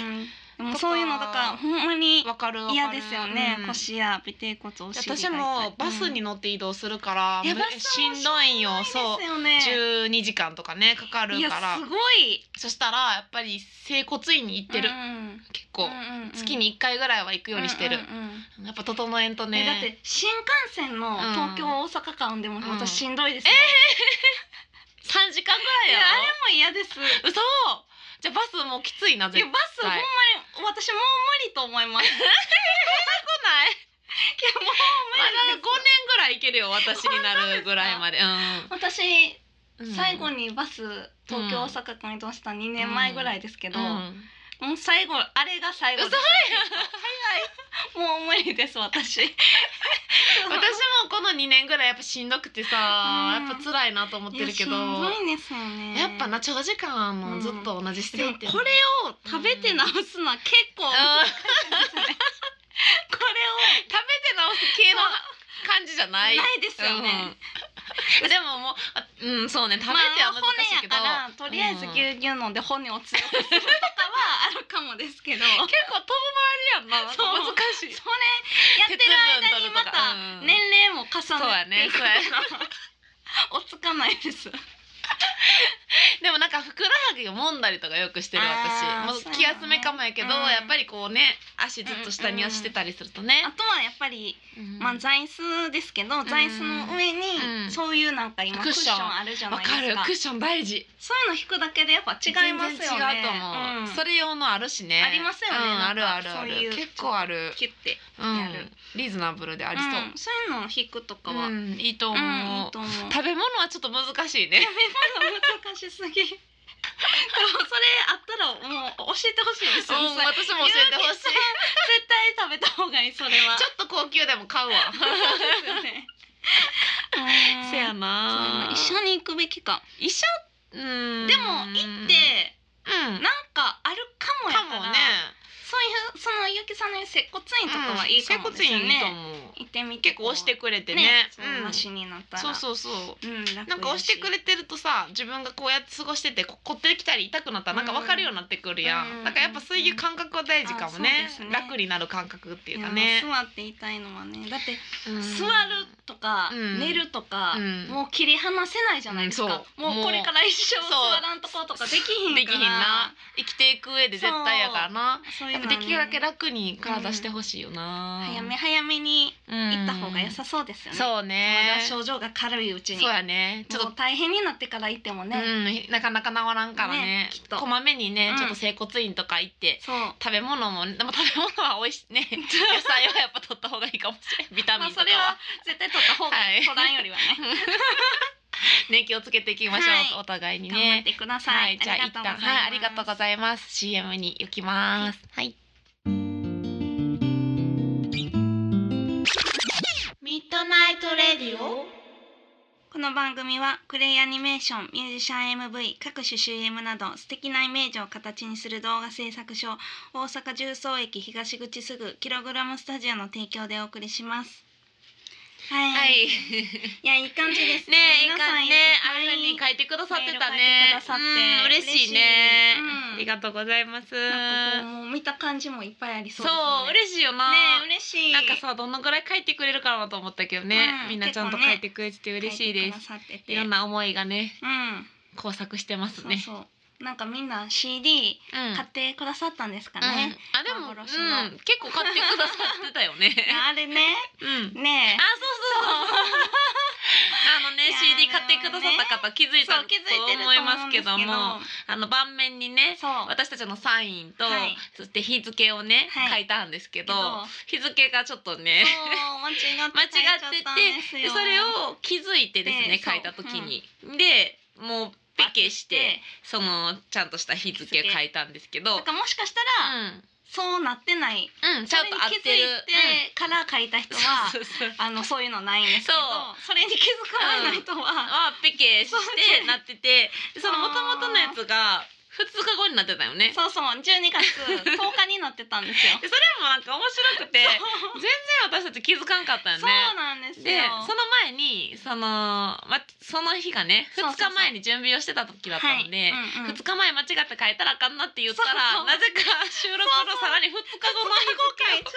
Speaker 2: でもそういうのだからほんまに
Speaker 3: かるわかる
Speaker 2: 嫌ですよね、
Speaker 3: うん
Speaker 2: 腰や尾てい骨お尻が痛
Speaker 3: 私
Speaker 2: い
Speaker 3: もバスに乗って移動するから、
Speaker 2: うんいや
Speaker 3: む
Speaker 2: バスも
Speaker 3: しんどいんよそう
Speaker 2: ですよね
Speaker 3: 12時間とかねかかる
Speaker 2: いや
Speaker 3: から
Speaker 2: すごい
Speaker 3: そしたらやっぱり整骨院に行ってる、
Speaker 2: うん
Speaker 3: 結構、
Speaker 2: うんうん
Speaker 3: 月に1回ぐらいは行くようにしてる、
Speaker 2: んんうん
Speaker 3: やっぱ整えんとね
Speaker 2: えだって新幹線の東京大阪間でも
Speaker 3: うん
Speaker 2: 私しんどいですよ、
Speaker 3: 3時間ぐ
Speaker 2: いや
Speaker 3: らいや
Speaker 2: あれも嫌ですい
Speaker 3: ろ嘘じゃあバスもうきついな絶
Speaker 2: や
Speaker 3: 対
Speaker 2: バスほんまに私もう無理と思い ますいや
Speaker 3: ない
Speaker 2: もう
Speaker 3: ま
Speaker 2: 無理
Speaker 3: だ5年ぐらいいけるよ私になるぐらいまで
Speaker 2: です
Speaker 3: うん
Speaker 2: 私最後にバス東京大阪間移動した2年前ぐらいですけど、もう最後あれが最後ですもう無理です私
Speaker 3: 私もこの2年ぐらいやっぱしんどくてさ、
Speaker 2: うん
Speaker 3: やっぱ辛いなと思ってるけど
Speaker 2: いや
Speaker 3: や
Speaker 2: しんどいですよね
Speaker 3: っぱな長時間もうずっと同じ
Speaker 2: で
Speaker 3: 姿
Speaker 2: も
Speaker 3: 勢
Speaker 2: こ
Speaker 3: って
Speaker 2: れを食べて直すのは結構、
Speaker 3: うん食
Speaker 2: これ
Speaker 3: べて直す系の感じじゃない
Speaker 2: をないですよね、
Speaker 3: うんでももうあうんそうね食べて
Speaker 2: ま
Speaker 3: は
Speaker 2: あ
Speaker 3: 難
Speaker 2: 骨
Speaker 3: しい
Speaker 2: や
Speaker 3: けど、
Speaker 2: からとりあえずぎゅうぎゅう飲んで骨を強くするとかはあるかもですけど
Speaker 3: 結構遠回りやんな
Speaker 2: そう
Speaker 3: 難しい
Speaker 2: それやってる間にまた
Speaker 3: 鉄分取るとかうん
Speaker 2: 年齢も重
Speaker 3: そうや
Speaker 2: ね
Speaker 3: ね
Speaker 2: てい
Speaker 3: そう
Speaker 2: く
Speaker 3: やね
Speaker 2: おつかないです
Speaker 3: でもなんかふくらはぎを揉んだりとかよくしてる
Speaker 2: あー
Speaker 3: 私もう気休めかもやけど、
Speaker 2: そうやねうん
Speaker 3: やっぱりこうね足ずっと下に押してたりするとね
Speaker 2: あ、とはやっぱり、まあ、座椅子ですけど座椅子の上
Speaker 3: うん
Speaker 2: にそういうなんか今
Speaker 3: ク
Speaker 2: クッ
Speaker 3: ッシ
Speaker 2: シ
Speaker 3: ョン
Speaker 2: ョンあるじゃな
Speaker 3: わ
Speaker 2: いです
Speaker 3: かる
Speaker 2: か
Speaker 3: クッション大事
Speaker 2: そういうの引くだけでやっぱ違いますよね
Speaker 3: 全然違うと思う、
Speaker 2: うん
Speaker 3: それ用のあるしね
Speaker 2: ありますよね
Speaker 3: うん、
Speaker 2: な
Speaker 3: あ
Speaker 2: ん
Speaker 3: る
Speaker 2: か
Speaker 3: あるある
Speaker 2: そういう
Speaker 3: 結構ある、
Speaker 2: キュッて
Speaker 3: うん
Speaker 2: やる、
Speaker 3: リーズナブルであり
Speaker 2: うんそういうのを引くと
Speaker 3: そ
Speaker 2: か
Speaker 3: う、
Speaker 2: は、
Speaker 3: う
Speaker 2: うん
Speaker 3: んいいと思う、
Speaker 2: いいと思う
Speaker 3: 食べ物はちょっと難しいね
Speaker 2: 難しすぎでも それあったらもう教えてほしいです
Speaker 3: うん
Speaker 2: よ、 それ
Speaker 3: 私も教えてほ
Speaker 2: ゆう
Speaker 3: しい
Speaker 2: きさん絶対食べた方がいいそれは
Speaker 3: ちょっと高級でも買うわ
Speaker 2: そうですよねうん
Speaker 3: せや
Speaker 2: そう
Speaker 3: な
Speaker 2: 一緒に行くべきか
Speaker 3: 一緒うん
Speaker 2: でも行って
Speaker 3: うん
Speaker 2: なんかあるかもや
Speaker 3: か
Speaker 2: から
Speaker 3: もね
Speaker 2: そういうそのゆうきさんの接骨院とかはいいかもですよ
Speaker 3: 整骨院いいと
Speaker 2: ね、
Speaker 3: 思う
Speaker 2: 行ってみて
Speaker 3: 結構押してくれてね
Speaker 2: その
Speaker 3: うん
Speaker 2: マシになったら、
Speaker 3: そうそうそう
Speaker 2: うん、な
Speaker 3: なんか押してくれてるとさ自分がこうやって過ごしててこ凝ってきたり痛くなったらなんか分かるようになってくるやん、
Speaker 2: うん
Speaker 3: だからやっぱそういう感覚は大事かもね,、
Speaker 2: あそうですね
Speaker 3: 楽になる感覚っていうか
Speaker 2: いや
Speaker 3: ね
Speaker 2: 座っていたいのはねだって
Speaker 3: うん
Speaker 2: 座るとか、
Speaker 3: うん
Speaker 2: 寝るとか、
Speaker 3: うん
Speaker 2: もう切り離せないじゃないです
Speaker 3: うん
Speaker 2: か、
Speaker 3: そう
Speaker 2: もうこれから一生
Speaker 3: そう
Speaker 2: 座らんとことかできひんから
Speaker 3: できひんな生きていく上で絶対やからな
Speaker 2: そうい
Speaker 3: や
Speaker 2: う
Speaker 3: っ
Speaker 2: の
Speaker 3: ぱ
Speaker 2: はね
Speaker 3: できるだけ楽に体してほしいよな、
Speaker 2: 早め早めに
Speaker 3: うん
Speaker 2: 行った方が良さそうですよね、
Speaker 3: そうね
Speaker 2: まだ症状が軽いうちに
Speaker 3: そうやねちょっと
Speaker 2: もう大変になってから行ってもね、
Speaker 3: うん、なかなか治らんからね
Speaker 2: ねきっと
Speaker 3: こまめにね、
Speaker 2: うん
Speaker 3: ちょっと整骨院とか行って
Speaker 2: そう
Speaker 3: 食べ物もでも食べ物は美味しい ね野菜はやっぱ取った方がいいかもしれないビタ
Speaker 2: ま
Speaker 3: ミ
Speaker 2: あ
Speaker 3: ンとか
Speaker 2: それ
Speaker 3: は,、
Speaker 2: は絶対取った方が
Speaker 3: はい
Speaker 2: い、取らんよりはね
Speaker 3: ね気をつけていきましょう、
Speaker 2: はい
Speaker 3: お互いに
Speaker 2: 頑張っ
Speaker 3: ね
Speaker 2: てくださ、
Speaker 3: はいいじゃあ一旦はいありがとうご
Speaker 2: い
Speaker 3: ざいます CM に行きますはい、
Speaker 2: ミッドナイトレディオこの番組はクレイアニメーションミュージシャン MV 各種 CM など素敵なイメージを形にする動画制作所大阪重曹駅東口すぐキログラムスタジオの提供でお送りしますはい、、
Speaker 3: はいい
Speaker 2: やいい感 じです
Speaker 3: ねえいい
Speaker 2: 皆さ
Speaker 3: 感
Speaker 2: ん
Speaker 3: じねああ
Speaker 2: ぱい
Speaker 3: いうふうに書いてくださってた
Speaker 2: メール書いてくだ
Speaker 3: ね
Speaker 2: さって
Speaker 3: うん嬉しいね
Speaker 2: 嬉しいうん
Speaker 3: ありがとうございます
Speaker 2: なんかこうもう見た感じもいっぱいあり
Speaker 3: そ
Speaker 2: そう
Speaker 3: う
Speaker 2: です
Speaker 3: 嬉しいよな、
Speaker 2: ねえ嬉しい
Speaker 3: なんかさどのぐらい書いてくれるかなと思ったけどね、
Speaker 2: うん
Speaker 3: みんなちゃんと
Speaker 2: 結構
Speaker 3: 書
Speaker 2: ね
Speaker 3: いてくれてて嬉しいです、
Speaker 2: 書いてくださってて
Speaker 3: いろんな思いがね
Speaker 2: うん
Speaker 3: 交錯してま
Speaker 2: そ
Speaker 3: す
Speaker 2: う
Speaker 3: ね
Speaker 2: そう、なんかみんな CD
Speaker 3: うん
Speaker 2: 買ってくださったんですか
Speaker 3: うん
Speaker 2: ね、
Speaker 3: あでも、うん、
Speaker 2: 幻
Speaker 3: 結
Speaker 2: の
Speaker 3: 構買ってくださってたよ ね
Speaker 2: あれね
Speaker 3: うん
Speaker 2: ね
Speaker 3: あそうそうあのね
Speaker 2: いやー
Speaker 3: CD 買ってくださった方気づ
Speaker 2: え
Speaker 3: いた
Speaker 2: そう
Speaker 3: と
Speaker 2: 気づいてると
Speaker 3: 思いますけども
Speaker 2: 思うんです
Speaker 3: あの盤面にね
Speaker 2: けどそう
Speaker 3: 私たちのサインと、
Speaker 2: はい
Speaker 3: そして日付をね、
Speaker 2: はい
Speaker 3: 書いたんですけど
Speaker 2: けど
Speaker 3: 日付がちょっとね
Speaker 2: そう間違って
Speaker 3: 間違
Speaker 2: 書いちゃ
Speaker 3: って
Speaker 2: ったんです
Speaker 3: てで
Speaker 2: よ
Speaker 3: それを気づいてですね
Speaker 2: で
Speaker 3: 書いた時に、でもうピケしてそのちゃんとした日付書いたんですけど、う
Speaker 2: なんかもしかしたら、そうなってない
Speaker 3: ん、うん、ちゃんと合っ
Speaker 2: それに気
Speaker 3: て
Speaker 2: づい
Speaker 3: る。
Speaker 2: てから書いた人
Speaker 3: うん
Speaker 2: は、
Speaker 3: そうそうそう
Speaker 2: あのそういうのないんですけどそれに気づかない人は、
Speaker 3: はピケしてなっててでその元々のやつが2日後になってたよね。
Speaker 2: そうそう12月10日になってたんですよ。
Speaker 3: でそれもなんか面白くて全然
Speaker 2: そう
Speaker 3: 私たち気づかんかったよね。
Speaker 2: そうなんですよ。
Speaker 3: でその前にその、ま、その日がね2
Speaker 2: そうそうそう
Speaker 3: 日前に準備をしてた時だったので。
Speaker 2: はいうんうん
Speaker 3: 2日前間違って書いたらあかんなって言った
Speaker 2: そうそ
Speaker 3: ら
Speaker 2: う
Speaker 3: なぜか収録
Speaker 2: そう
Speaker 3: の
Speaker 2: そう
Speaker 3: さらに2日後の日付を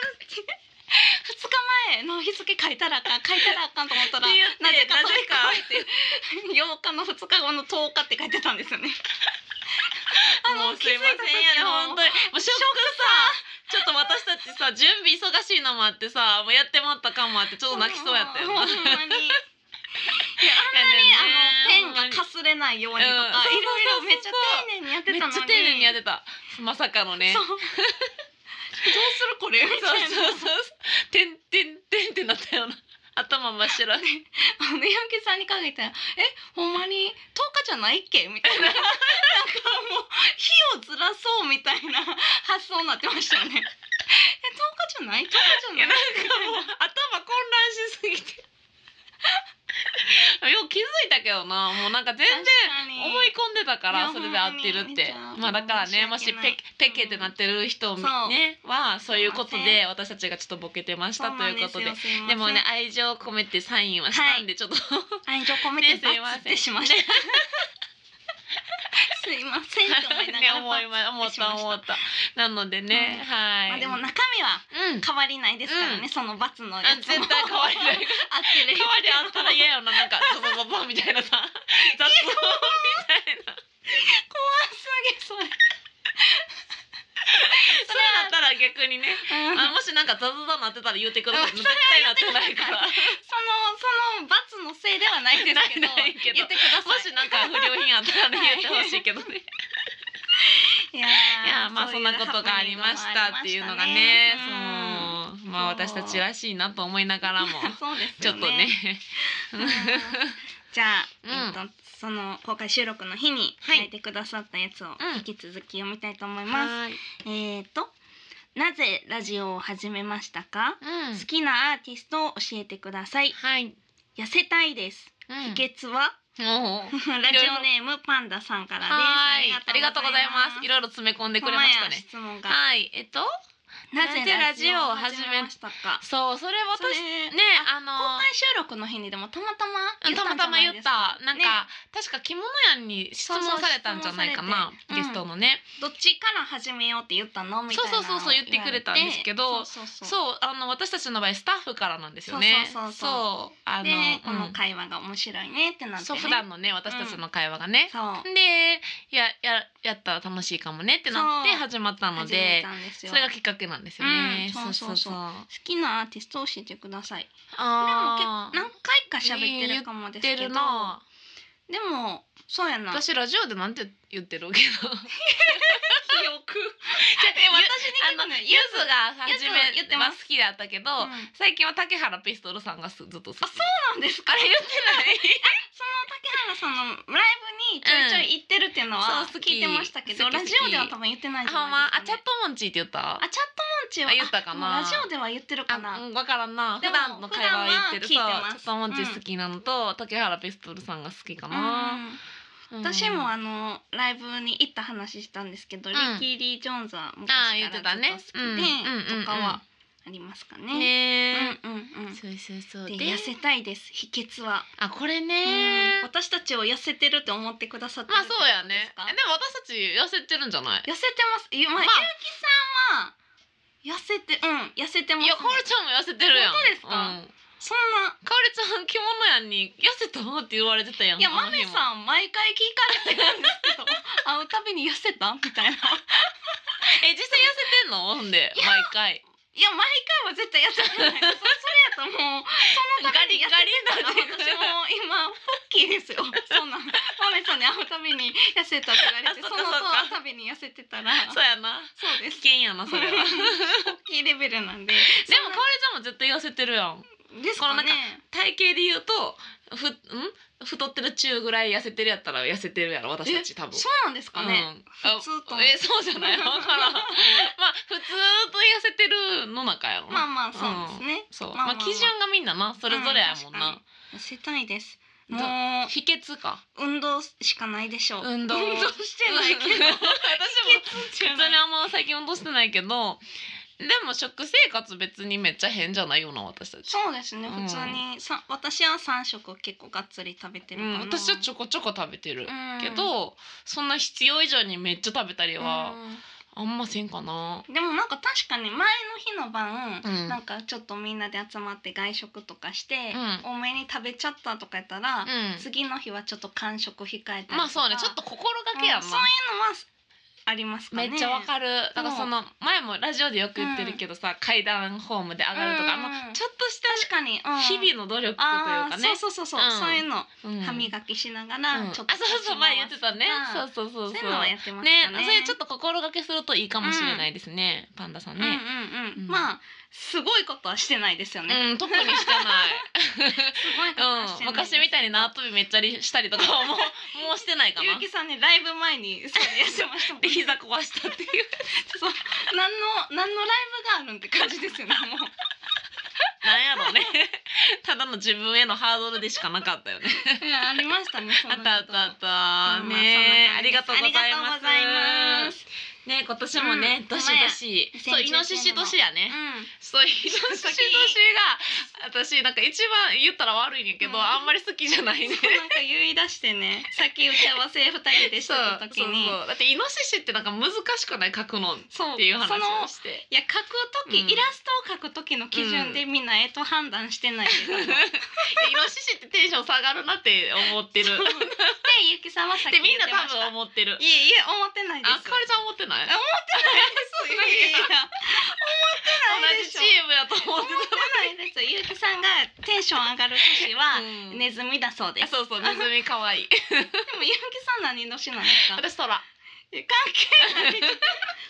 Speaker 2: 二日前の日付書いたらあかん書いたらあかんと思ったら
Speaker 3: って言って
Speaker 2: なぜか
Speaker 3: なぜか
Speaker 2: 飛び越えて8日の2日後の10日って書いてたんですよね。あ
Speaker 3: も
Speaker 2: の
Speaker 3: うすいませんやね本当にもうショックさちょっと私たちさ準備忙しいのもあってさもうやってもったかもあってちょっと泣きそうやったよ
Speaker 2: ほんま
Speaker 3: な。
Speaker 2: に。
Speaker 3: やね
Speaker 2: あ
Speaker 3: んね
Speaker 2: のペンがか
Speaker 3: ほんまに
Speaker 2: すれないようにとか、
Speaker 3: うんそうそうそうそう
Speaker 2: いろいろめっちゃ丁寧にやって
Speaker 3: め
Speaker 2: たの
Speaker 3: っ
Speaker 2: に
Speaker 3: ちゃ丁寧にやってたまさかの ね。
Speaker 2: そうどうするこれみ
Speaker 3: そう
Speaker 2: たいな
Speaker 3: そうそうそう。てんてんてんってなったよな。頭真っ白。
Speaker 2: あのヤンキーさんにかけて「えほんまに10日じゃないっけ?」みたいななんかもう日をずらそうみたいな発想になってましたよね。え10日じゃない10日
Speaker 3: い
Speaker 2: じゃ
Speaker 3: や
Speaker 2: な
Speaker 3: ないんかもう頭混乱しすぎて。よく気づいたけどな。もうなんか全然思い込んでたか
Speaker 2: いや
Speaker 3: らそれで合ってるっ
Speaker 2: ほんまにめっち
Speaker 3: て
Speaker 2: ゃ
Speaker 3: まあだからねも
Speaker 2: 申し
Speaker 3: し
Speaker 2: 訳ない
Speaker 3: ペペケってなってる人を
Speaker 2: うん
Speaker 3: ね
Speaker 2: そう
Speaker 3: はそういうこと
Speaker 2: すいませ
Speaker 3: で私たちがちょっとボケてましたということ
Speaker 2: そう
Speaker 3: で
Speaker 2: なんすよすいません
Speaker 3: でもね愛情を込めてサインはしたんでちょっと
Speaker 2: 愛情込めて
Speaker 3: ねすいま
Speaker 2: バ
Speaker 3: せん
Speaker 2: ツってしました。 すいませんって思いな
Speaker 3: ね
Speaker 2: がら
Speaker 3: 思いま思
Speaker 2: バ
Speaker 3: っ
Speaker 2: ツってしま
Speaker 3: た
Speaker 2: した
Speaker 3: 思ったなのでね
Speaker 2: うん
Speaker 3: は
Speaker 2: まあ
Speaker 3: い
Speaker 2: でも中身は
Speaker 3: うん
Speaker 2: 変わりないですからね、
Speaker 3: うん
Speaker 2: その罰の
Speaker 3: あ
Speaker 2: やつ
Speaker 3: 絶
Speaker 2: も
Speaker 3: 対変わりな
Speaker 2: 合
Speaker 3: い
Speaker 2: ってる
Speaker 3: 変わりあったら嫌よななんかゾゾゾゾみたいな さ雑音みたいな
Speaker 2: 怖すぎそれ
Speaker 3: それだったら逆にね
Speaker 2: うん
Speaker 3: あもしなんか雑音なってたら言ってください
Speaker 2: うん
Speaker 3: 絶対なってないから。
Speaker 2: そのその罰のせいではないですけど
Speaker 3: ないないけど
Speaker 2: 言ってくださ
Speaker 3: も
Speaker 2: い
Speaker 3: しなんか不良品あったら言ってほしいけどね。
Speaker 2: いや
Speaker 3: いや まあそんなことがありましたっていうのがね、そのまあ私たちらしいなと思いながらも
Speaker 2: そうです
Speaker 3: ちょ
Speaker 2: よ
Speaker 3: っとね。
Speaker 2: うんじゃあ、
Speaker 3: うん
Speaker 2: えっとその公開収録の日に
Speaker 3: はい
Speaker 2: 書いてくださったやつを
Speaker 3: うん
Speaker 2: 引き続き読みたいと思います、
Speaker 3: はい。
Speaker 2: えっ、となぜラジオを始めましたか、
Speaker 3: うん
Speaker 2: 好きなアーティストを教えてください
Speaker 3: はい。
Speaker 2: 痩せたいです
Speaker 3: うん
Speaker 2: 秘訣は
Speaker 3: もう
Speaker 2: ラジオネームパンダさんからです
Speaker 3: はい。ありがとうございます。いろいろ詰め込んでくれましたね。
Speaker 2: ほんまや質問が
Speaker 3: はい。えっと、
Speaker 2: な
Speaker 3: な
Speaker 2: ぜ
Speaker 3: ぜ
Speaker 2: ラ
Speaker 3: ラ
Speaker 2: ジ
Speaker 3: ジ
Speaker 2: オ
Speaker 3: オ
Speaker 2: を
Speaker 3: を
Speaker 2: 始
Speaker 3: 始
Speaker 2: め
Speaker 3: め
Speaker 2: ましたか。
Speaker 3: そうそれ
Speaker 2: それ
Speaker 3: 私ねあ
Speaker 2: 公
Speaker 3: の
Speaker 2: 開収録の日にでもたまたま
Speaker 3: うんたまたま言っ
Speaker 2: 言った
Speaker 3: たなんか確か着物屋に質問されたんじゃないか
Speaker 2: そうそ
Speaker 3: な
Speaker 2: う質問されて
Speaker 3: ゲストのね。
Speaker 2: どっちから始めようって言ったのみたいなのを
Speaker 3: そうそうそうそう言ってくれたんですけど
Speaker 2: そうそうそう
Speaker 3: そうあの私たちの場合スタッフからなんですよね。
Speaker 2: そうそうそうそう
Speaker 3: そうあの
Speaker 2: でこ
Speaker 3: う
Speaker 2: の
Speaker 3: ん
Speaker 2: 会話が面白いねってなって
Speaker 3: そう
Speaker 2: ね
Speaker 3: 普段のね私たちの会話がね。
Speaker 2: そう
Speaker 3: でやややったら楽しいかもねってなって
Speaker 2: そう
Speaker 3: 始まったの
Speaker 2: 始め
Speaker 3: で
Speaker 2: たんです
Speaker 3: そ
Speaker 2: よ
Speaker 3: れがきっかけなんですよね。
Speaker 2: うんそうそうそう
Speaker 3: あ
Speaker 2: 好きなアーティストを教えてくださいでも結
Speaker 3: あー
Speaker 2: 何回か喋ってるかもです
Speaker 3: 言
Speaker 2: け
Speaker 3: っ
Speaker 2: ど
Speaker 3: てるな。
Speaker 2: でもそうやな
Speaker 3: 私ラジオでなんて言って るけど。
Speaker 2: 憶
Speaker 3: で
Speaker 2: 私に
Speaker 3: あ
Speaker 2: 聞
Speaker 3: の
Speaker 2: くのよ
Speaker 3: ゆずが初め
Speaker 2: ゆず言ってます
Speaker 3: は好きだったけど、
Speaker 2: うん
Speaker 3: 最近は竹原ピストルさんがすずっと好き。あ
Speaker 2: そうなんですか
Speaker 3: あれ言ってない。
Speaker 2: その竹原さんのライブにちょいちょい行ってるっていうのは
Speaker 3: うんそう好
Speaker 2: 聞
Speaker 3: き
Speaker 2: いてましたけど、
Speaker 3: 好き
Speaker 2: ラ
Speaker 3: 好き
Speaker 2: ジオでは多分言ってない じゃ
Speaker 3: あ、ま
Speaker 2: な
Speaker 3: あ、
Speaker 2: い
Speaker 3: あ、
Speaker 2: で
Speaker 3: チ
Speaker 2: す
Speaker 3: ャット
Speaker 2: か、ね。
Speaker 3: モンチーって言った。
Speaker 2: あ、チャットモンチーは
Speaker 3: あ言ったかな
Speaker 2: あでもラジオでは言ってるかな。
Speaker 3: あ、うんわからんな。
Speaker 2: で
Speaker 3: 普
Speaker 2: も
Speaker 3: 段の会話は言ってる。
Speaker 2: 普段は聞いて
Speaker 3: そう
Speaker 2: ます
Speaker 3: チャットモンチー好きなのと、竹原ピストルさんが好きかな。
Speaker 2: う
Speaker 3: うん
Speaker 2: ん、私もあのライブに行った話したんですけど、
Speaker 3: うん
Speaker 2: リッキー・リー・ジョーンズは昔
Speaker 3: あー言って
Speaker 2: か
Speaker 3: た
Speaker 2: らず
Speaker 3: ね
Speaker 2: っと好きで、
Speaker 3: うんうん
Speaker 2: とかはありますかね。うん
Speaker 3: ね
Speaker 2: うんうん。
Speaker 3: そうそうそう。
Speaker 2: で
Speaker 3: で、
Speaker 2: 痩せたいです秘訣は、
Speaker 3: あ、これ
Speaker 2: うん
Speaker 3: ね。
Speaker 2: 私たちを痩せてるって思ってくださってる
Speaker 3: まあ、
Speaker 2: ってこ
Speaker 3: そうや
Speaker 2: とで
Speaker 3: ね
Speaker 2: す。か
Speaker 3: えでも、私たち痩せてるんじゃない。
Speaker 2: 痩せてます。いやまあ、
Speaker 3: まあ
Speaker 2: ゆうきさんは痩せてうん痩せてます、
Speaker 3: いや、かおりちゃんも痩せてるやん。
Speaker 2: 本当ですか
Speaker 3: うん
Speaker 2: そんな
Speaker 3: かおりちゃん着物やんに痩せたって言われてたやん
Speaker 2: いや
Speaker 3: あ
Speaker 2: ま
Speaker 3: の日
Speaker 2: め
Speaker 3: も
Speaker 2: さん毎回聞かれてるんですけど会うたびに痩せたみたいな。い
Speaker 3: え実際痩せてんのほんで毎回
Speaker 2: や毎回は絶対痩せてない。そ それやともうそのために痩せてたな
Speaker 3: ガリガリになって
Speaker 2: 私
Speaker 3: る
Speaker 2: も今ポッキーですよ。そんなんまめさんに会うたびに痩せたって言われてそ
Speaker 3: あそっ
Speaker 2: の
Speaker 3: かそっか
Speaker 2: 会うたびに痩せてたら
Speaker 3: そうやな
Speaker 2: そうで
Speaker 3: 危
Speaker 2: す。
Speaker 3: 険やなそれはでもかおり
Speaker 2: ポッキーレベルなんで。
Speaker 3: ちゃんも絶対痩せてるやん
Speaker 2: ですか
Speaker 3: このなんか
Speaker 2: ね。
Speaker 3: 体型で言うとふん太ってる中ぐらい痩せてるやったら痩せてるやろ私たち多分
Speaker 2: そうなんですかね、
Speaker 3: うんあ
Speaker 2: 普通と
Speaker 3: えそうじ ゃないわからんまあ普通と痩せてるの中やろな
Speaker 2: まあまあそうですね、
Speaker 3: そう、
Speaker 2: ま
Speaker 3: ま
Speaker 2: あま
Speaker 3: あ
Speaker 2: あ
Speaker 3: 基準がみんななそれぞれやもん
Speaker 2: うん
Speaker 3: な、
Speaker 2: 痩せたいですも
Speaker 3: ど
Speaker 2: う
Speaker 3: 秘訣か
Speaker 2: 運動しかないでしょう
Speaker 3: 運動
Speaker 2: してないけ ど秘
Speaker 3: 私も
Speaker 2: 訣じゃ
Speaker 3: 別に
Speaker 2: ない
Speaker 3: あんま最近運動してないけどでも食生活別にめっちゃ変じゃないよな私たち、
Speaker 2: そうですね
Speaker 3: うん
Speaker 2: 普通にさ、私は三食結構がっつり食べてる
Speaker 3: う
Speaker 2: か
Speaker 3: ん
Speaker 2: な、、
Speaker 3: 私はちょこちょこ食べて
Speaker 2: う
Speaker 3: る、
Speaker 2: ん
Speaker 3: けどそんな必要以上にめっちゃ食べたりは
Speaker 2: うん
Speaker 3: あんませんかな、
Speaker 2: でもなんか確かに前の日の晩、
Speaker 3: うん
Speaker 2: なんかちょっとみんなで集まって外食とかして、
Speaker 3: う
Speaker 2: 多めに食べちゃったとかやったら、
Speaker 3: う
Speaker 2: 次の日はちょっと間食控えたりとか
Speaker 3: ん、まあそうねちょっと心がけやん
Speaker 2: うん
Speaker 3: な、
Speaker 2: そういうのはありますか
Speaker 3: め
Speaker 2: ね
Speaker 3: っちゃわかるだからその前もラジオでよく言ってるけどさ、階段ホームで上がるとか、
Speaker 2: うん
Speaker 3: まあ、ちょっとし
Speaker 2: 確かに、うん
Speaker 3: た日々の努力という
Speaker 2: あ
Speaker 3: か
Speaker 2: ー
Speaker 3: ね
Speaker 2: そうそうそうそう、
Speaker 3: うん
Speaker 2: そういうの、
Speaker 3: うん
Speaker 2: 歯磨きしなが
Speaker 3: うん
Speaker 2: ら
Speaker 3: あ
Speaker 2: ち
Speaker 3: そ
Speaker 2: ょっ
Speaker 3: う
Speaker 2: と
Speaker 3: そう前言ってたね
Speaker 2: う
Speaker 3: そ
Speaker 2: ん
Speaker 3: うそうそうそ
Speaker 2: そうい
Speaker 3: う
Speaker 2: うのはやってます
Speaker 3: ね
Speaker 2: かね
Speaker 3: それちょっと心がけするといいかもしれないですね、パンダさん
Speaker 2: うんうん
Speaker 3: ね、
Speaker 2: うん、
Speaker 3: うん
Speaker 2: まあすごいことはしてないですよ
Speaker 3: う
Speaker 2: ね、
Speaker 3: ん、特にして ない
Speaker 2: すごいことはしてない
Speaker 3: うん
Speaker 2: です
Speaker 3: 昔みたいに縄跳びめっちゃりしたりとかは もうもうしてないか
Speaker 2: ゆ
Speaker 3: な
Speaker 2: うきさんねライブ前にそれやってましたもん
Speaker 3: で膝壊した っていう
Speaker 2: そう何の何のライブがあるんって感じですよね もう
Speaker 3: なんやろうねただの自分へのハードルでしかなかったよ ね
Speaker 2: いやありましたねそん
Speaker 3: あ
Speaker 2: な
Speaker 3: っ
Speaker 2: こ
Speaker 3: た
Speaker 2: と
Speaker 3: あったあった、
Speaker 2: うんまあ
Speaker 3: ね
Speaker 2: そんな感じです
Speaker 3: ありがとうございます
Speaker 2: ありがとうございます
Speaker 3: ね今年もね、
Speaker 2: うん
Speaker 3: どしどし
Speaker 2: ほんまや
Speaker 3: そうイノシシ年やね、
Speaker 2: うん
Speaker 3: そうイノシシ年が私なんか一番言ったら悪いんやけ
Speaker 2: う
Speaker 3: ど、
Speaker 2: ん
Speaker 3: あんまり好きじゃないね
Speaker 2: そうなんか言い出してねさっき打ち合わせ二人でしてた時に
Speaker 3: そうそうそうだってイノシシってなんか難しくない書くのっ
Speaker 2: そう
Speaker 3: ていう話
Speaker 2: その
Speaker 3: をして
Speaker 2: いや書く時、
Speaker 3: うん
Speaker 2: イラストを描く時の基準でみんな絵と判断して ないけど、
Speaker 3: うんイノシシってテンション下がるなって思ってる
Speaker 2: そうでゆうきさんはさっき
Speaker 3: で
Speaker 2: 言
Speaker 3: みん
Speaker 2: っ
Speaker 3: な
Speaker 2: てま
Speaker 3: 多
Speaker 2: した
Speaker 3: 分思ってる
Speaker 2: いえいえ思ってないで
Speaker 3: あ
Speaker 2: す
Speaker 3: かおりちゃん思ってない
Speaker 2: あ
Speaker 3: 思ってない
Speaker 2: いやいや思ってない
Speaker 3: 同
Speaker 2: で
Speaker 3: じ
Speaker 2: し
Speaker 3: チ
Speaker 2: ょ
Speaker 3: ームやと思
Speaker 2: 思
Speaker 3: っ
Speaker 2: っててないです。ゆうきさんがテンション上がる年
Speaker 3: た
Speaker 2: は、
Speaker 3: うん
Speaker 2: ネズミだそうで
Speaker 3: あ
Speaker 2: す。で
Speaker 3: そうそうネズミ 可愛い
Speaker 2: もゆうきさん何年なんですか。関
Speaker 3: 私空
Speaker 2: 係ない。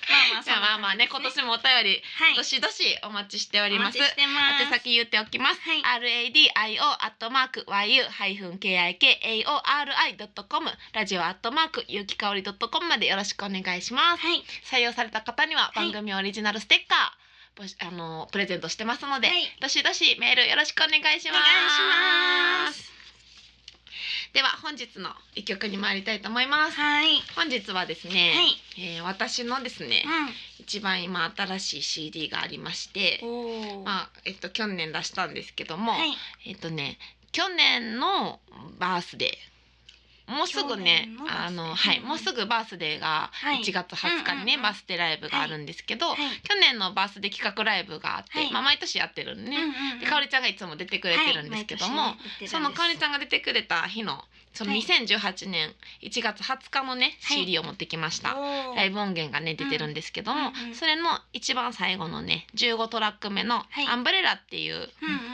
Speaker 2: まあまあ
Speaker 3: じゃあまあまあね
Speaker 2: そ
Speaker 3: 今
Speaker 2: んな感じ
Speaker 3: 年もお便りど
Speaker 2: です
Speaker 3: しどしお待ちしてお
Speaker 2: ねはい。
Speaker 3: ります
Speaker 2: してます。
Speaker 3: 宛先言っておきます。
Speaker 2: はい。
Speaker 3: RADIO アットマーク YU ハイフン KIKAORI ドットコムラジオアットマーク有機香りドットコムまでよろしくお願いします。
Speaker 2: はい。
Speaker 3: 採用された方には
Speaker 2: はい
Speaker 3: 番組オリジナルステッカー、募集あのプレゼントしてますので、
Speaker 2: はい
Speaker 3: どしどしメールよろしくお願いし
Speaker 2: お
Speaker 3: ます。
Speaker 2: 願いします。
Speaker 3: では本日の一曲に参りたいと思います。
Speaker 2: はい。
Speaker 3: 本日はですね、
Speaker 2: はい。
Speaker 3: えー私のですね、
Speaker 2: う
Speaker 3: 一番今新しい CD がありまして、
Speaker 2: ん。おお。
Speaker 3: まあえっと去年出したんですけども、
Speaker 2: はい。
Speaker 3: えっとね去年のバースデーもうすぐね
Speaker 2: 去年のバー
Speaker 3: あ
Speaker 2: スデー
Speaker 3: のはい
Speaker 2: うん
Speaker 3: もうすぐバースデーが
Speaker 2: はい
Speaker 3: 1月20日にね、
Speaker 2: うんうんうん
Speaker 3: バースデーライブがあるんですけど、
Speaker 2: はい。
Speaker 3: 去年のバースデー企画ライブがあって、
Speaker 2: はい
Speaker 3: まあ毎年やってるんでね、
Speaker 2: うんうん
Speaker 3: でかおりちゃんがいつも出てくれてるんですけども、
Speaker 2: はい毎年ね出てるんです
Speaker 3: そのかおりちゃんが出てくれた日のその
Speaker 2: はい
Speaker 3: 2018年1月20日のね、
Speaker 2: はい
Speaker 3: CD を持ってきました。
Speaker 2: おー
Speaker 3: ライブ音源がね出てるんですけども、
Speaker 2: うんうん
Speaker 3: それの一番最後のね15トラック目の
Speaker 2: はい
Speaker 3: 「アンブレラ」っていう
Speaker 2: う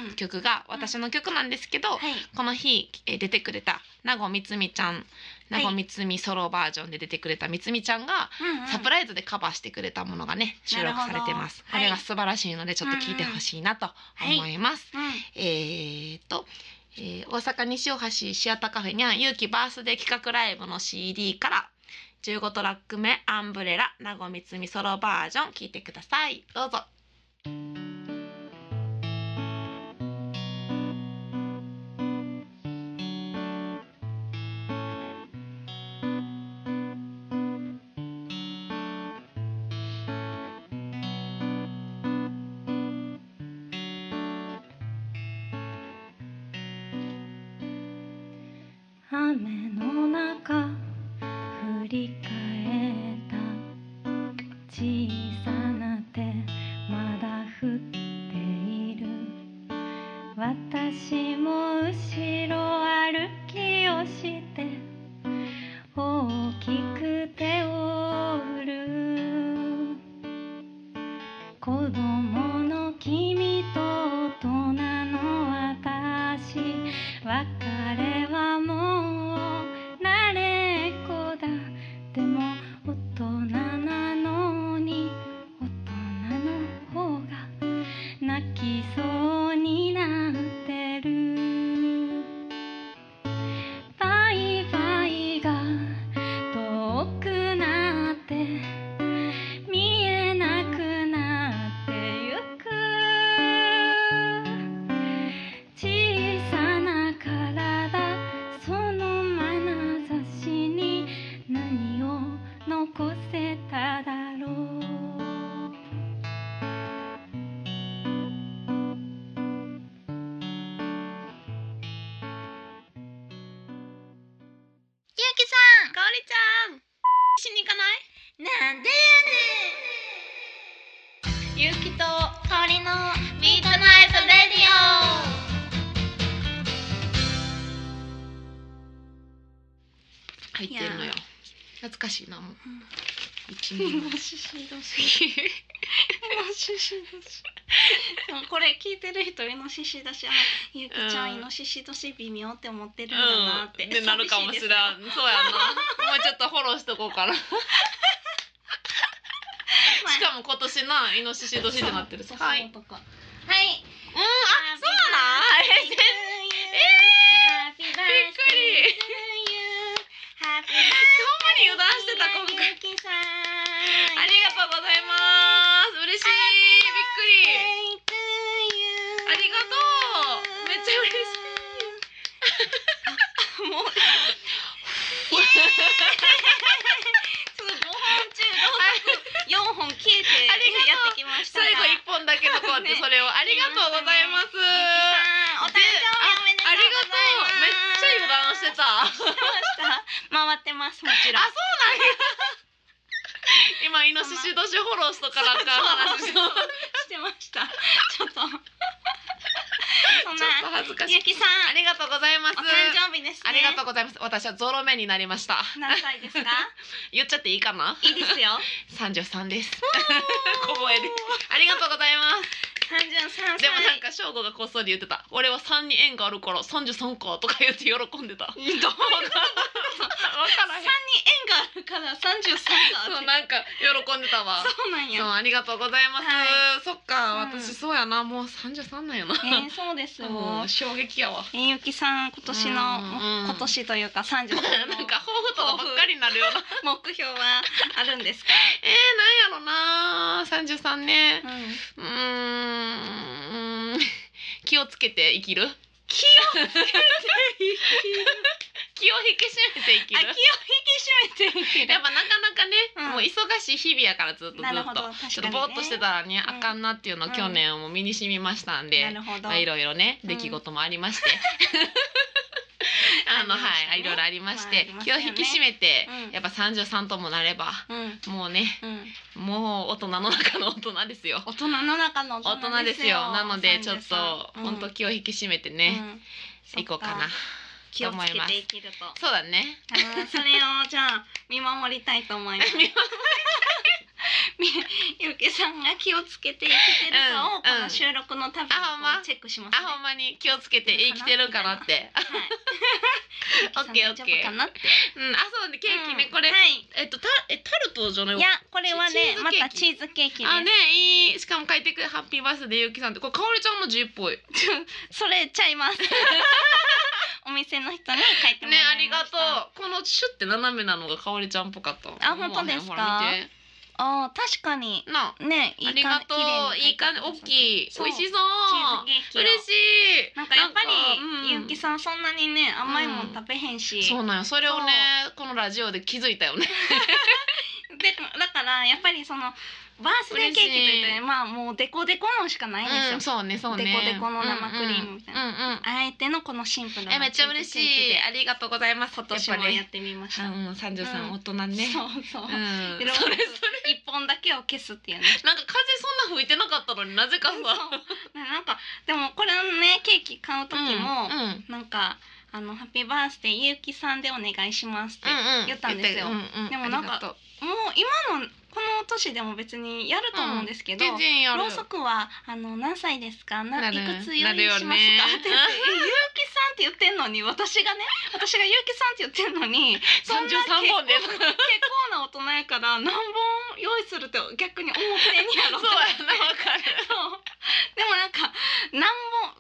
Speaker 2: んうん
Speaker 3: 曲が私の曲なんですけど、
Speaker 2: はい。
Speaker 3: この日えー出てくれた名護みつみちゃん名護みつみソロバージョンで出てくれたみつみちゃんが
Speaker 2: うんうん
Speaker 3: サプライズでカバーしてくれたものがね収録されてます。
Speaker 2: なるほ
Speaker 3: これ
Speaker 2: どはい
Speaker 3: が素晴らしいのでちょっと聞いてほしいなと思います。
Speaker 2: うん。
Speaker 3: えーっと、えー大阪西大橋シアターカフェにゃん勇気バースデー企画ライブの CD から15トラック目「アンブレラ」名護みつみソロバージョン聞いてくださいどうぞ。
Speaker 4: 雨の中振り返った小さな手まだ振っている私も後ろ歩きをして大きく手を振る子供の君と大人の私別れはもう慣れっこだでも大人なのに大人の方が泣きそうになってる
Speaker 2: しに行かないなんでやねんゆうきと香りのミートナイトレ ディ
Speaker 3: 入ってるのよ懐かしいなもう
Speaker 2: うん
Speaker 3: 一年 前
Speaker 2: ししどしイノシシ年でもこれ聞いてる人イノシシだしあゆうきちゃん、
Speaker 3: うん
Speaker 2: イノシシ年微妙って思ってるんだなって、
Speaker 3: うん、でなるかもしれん
Speaker 2: 寂
Speaker 3: そうやんなもうちょっとフォローしとこうかなし
Speaker 2: しいですよ
Speaker 3: かも今年なイノシシ年ってなってる
Speaker 2: そう
Speaker 3: はい
Speaker 2: そうとかはい
Speaker 3: うんあそうなん
Speaker 2: ええびっくり
Speaker 3: びっくり
Speaker 2: ハッピー
Speaker 3: ほんまに油断してた
Speaker 2: バ
Speaker 3: 今
Speaker 2: ースデー
Speaker 3: 回
Speaker 2: ゆうきさん
Speaker 3: ありがとうございます嬉しいびっくりありがとう めっちゃ嬉し
Speaker 2: いもうすごい五本中四本消えて
Speaker 3: ありが
Speaker 2: や
Speaker 3: とう
Speaker 2: ってきましたが
Speaker 3: 最後一本だけ残ってそれをありがとうございます
Speaker 2: ゆうきさんお誕生日おめでとう
Speaker 3: ありがとうめっちゃ油断して
Speaker 2: て
Speaker 3: た
Speaker 2: ました回ってますもちろん
Speaker 3: あ今イノシシ年フォローしとからあかん話し
Speaker 2: そう
Speaker 3: と
Speaker 2: してましたちょっとそん
Speaker 3: ちょっと
Speaker 2: な
Speaker 3: 恥ずかし
Speaker 2: ゆ
Speaker 3: い。
Speaker 2: うきさ
Speaker 3: あ
Speaker 2: ん
Speaker 3: りがとうございます。
Speaker 2: お誕生日ですね
Speaker 3: ありがとうございます。私はゾロ目になりました。
Speaker 2: 何歳ですか
Speaker 3: 言っちゃっていいかな？
Speaker 2: いいですよ
Speaker 3: 三十三です。 小声で。ありがとうございます。
Speaker 2: 三十三歳
Speaker 3: でもなんか翔吾がこっそり言ってた。俺は三に縁があるから三十三かとか言って喜んでた。どうか。わからへ
Speaker 2: 三
Speaker 3: ん。
Speaker 2: に縁があるから三十三か
Speaker 3: そうなんか喜んでたわ。
Speaker 2: そうなん
Speaker 3: そう
Speaker 2: や
Speaker 3: ありがとうございます。
Speaker 2: は
Speaker 3: そっか
Speaker 2: うん
Speaker 3: 私そうやなもう三十三なんやな。
Speaker 2: えー、そうですよ
Speaker 3: もう衝撃やわ。
Speaker 2: えーゆきさん今年の、
Speaker 3: うんうん
Speaker 2: 今年というか三十
Speaker 3: なんか抱負とかばっかりになるような。
Speaker 2: 目標はあるんですか、
Speaker 3: えー、なんやろな三十三ね
Speaker 2: うん、
Speaker 3: うーん気をつけて生きる
Speaker 2: 気を
Speaker 3: 気を引き締めて生き
Speaker 2: あ気を
Speaker 3: る
Speaker 2: 引き締めていけ
Speaker 3: や
Speaker 2: る
Speaker 3: っぱなかなかね、
Speaker 2: うん
Speaker 3: もう忙しい日々やからずっとずっと、
Speaker 2: なるほど確かにね
Speaker 3: ちょっとぼーっとしてたらね、
Speaker 2: うん
Speaker 3: あかんなっていうのを
Speaker 2: うん
Speaker 3: 去年も身に染みましたんで、
Speaker 2: なるほど
Speaker 3: まあいろいろね
Speaker 2: うん
Speaker 3: 出来事もありまして、 あの
Speaker 2: ありましたね
Speaker 3: はいいろいろありまして、
Speaker 2: まああり
Speaker 3: 気を
Speaker 2: ますよね
Speaker 3: 引き締めて、
Speaker 2: うん
Speaker 3: やっぱ三十三ともなれば
Speaker 2: うん
Speaker 3: もうね
Speaker 2: うん
Speaker 3: もう大人の中の大人ですよ
Speaker 2: 大人の中の
Speaker 3: 大
Speaker 2: 大人
Speaker 3: 人ですよなのでちょっと
Speaker 2: 33
Speaker 3: 本当気を引き締めてね、
Speaker 2: うん
Speaker 3: 行こうかな
Speaker 2: そっ気をつけ
Speaker 3: と思います
Speaker 2: て生きると
Speaker 3: そうだね
Speaker 2: あーそれをじゃあ見守りたいと思います みゆうきさんが気をつけて生きてるかを、
Speaker 3: うん
Speaker 2: この収録のたびに
Speaker 3: あほん
Speaker 2: こ
Speaker 3: ま
Speaker 2: うチェックしますね
Speaker 3: あほんまに気をつけて生きてるかなって
Speaker 2: はい。
Speaker 3: オッケーオッケ
Speaker 2: 大
Speaker 3: ー
Speaker 2: 丈夫かなって
Speaker 3: うんあそうだ ねケーキね、これ、
Speaker 2: はい。
Speaker 3: えっとたえタルトじゃない
Speaker 2: いやこれはねま
Speaker 3: チーズケー
Speaker 2: たチーズ
Speaker 3: キ
Speaker 2: ケーキです。
Speaker 3: あねいいしかも書いてくるハッピーバースデーゆうきさんってこれかおりちゃんも10っぽい
Speaker 2: それちゃい ます。お店の人に書いても
Speaker 3: ね
Speaker 2: ら
Speaker 3: あ
Speaker 2: い
Speaker 3: り
Speaker 2: ま
Speaker 3: が
Speaker 2: し
Speaker 3: と
Speaker 2: た。
Speaker 3: うこのシュって斜めなのがかおりちゃんっぽかった
Speaker 2: あ本当ですか
Speaker 3: ほら見
Speaker 2: ああ確かに
Speaker 3: てなあ
Speaker 2: ねい
Speaker 3: あ
Speaker 2: い
Speaker 3: りが
Speaker 2: 感
Speaker 3: と
Speaker 2: 綺麗
Speaker 3: う
Speaker 2: に書
Speaker 3: いい
Speaker 2: てくださっ
Speaker 3: 感じ大
Speaker 2: て
Speaker 3: きい
Speaker 2: そう
Speaker 3: 美味しそう
Speaker 2: チーズケーキを
Speaker 3: 嬉しい
Speaker 2: なんかやっぱり
Speaker 3: なんか
Speaker 2: ゆうきさんそんなにね甘いも
Speaker 3: うん
Speaker 2: ん食べへんし、
Speaker 3: そうなんよそれをねこのラジオで気づいたよね
Speaker 2: でだからやっぱりそのバースデーケーキといった
Speaker 3: 嬉しい
Speaker 2: らまあもうデコデコのしかないんですよ、
Speaker 3: うんそうねそうね
Speaker 2: デコデコの生クリームみたいな
Speaker 3: うんうんうんうん
Speaker 2: あえてのこのシンプルな
Speaker 3: えめっちゃ嬉し
Speaker 2: チーズケーキ
Speaker 3: い
Speaker 2: で
Speaker 3: ありがとうございます
Speaker 2: 今年もやってみました、
Speaker 3: やっぱねうん三十
Speaker 2: う
Speaker 3: 三
Speaker 2: ん
Speaker 3: 大人ね
Speaker 2: そうそう、
Speaker 3: うん
Speaker 2: で
Speaker 3: それ
Speaker 2: 一本だけを消すっていうね
Speaker 3: なんか風そんな吹いてなかったのになぜかさ
Speaker 2: そうなんかでもこれのねケーキ買う時も、
Speaker 3: うんうん
Speaker 2: なんかあのハッピーバースデーゆうきさんでお願いしますって、
Speaker 3: うんうん
Speaker 2: 言ったんですよ
Speaker 3: 言ってうう
Speaker 2: でもなんか
Speaker 3: ありがとう
Speaker 2: もう今のこの年でも別にやると思うんですけど、
Speaker 3: 全然やる
Speaker 2: ろうそくはあの何歳ですかな
Speaker 3: ないる
Speaker 2: くつ用
Speaker 3: なる
Speaker 2: 意します
Speaker 3: よ
Speaker 2: か、
Speaker 3: ね
Speaker 2: って言って「えゆうきさん」って言ってんのに私がね私が「ゆうきさん」って言ってんの にそん
Speaker 3: 三
Speaker 2: な
Speaker 3: 十三
Speaker 2: 結
Speaker 3: 本でそうや
Speaker 2: 構な大人やから何本用意するって逆に思ってんやろ って
Speaker 3: なわかる
Speaker 2: そうでもなんか何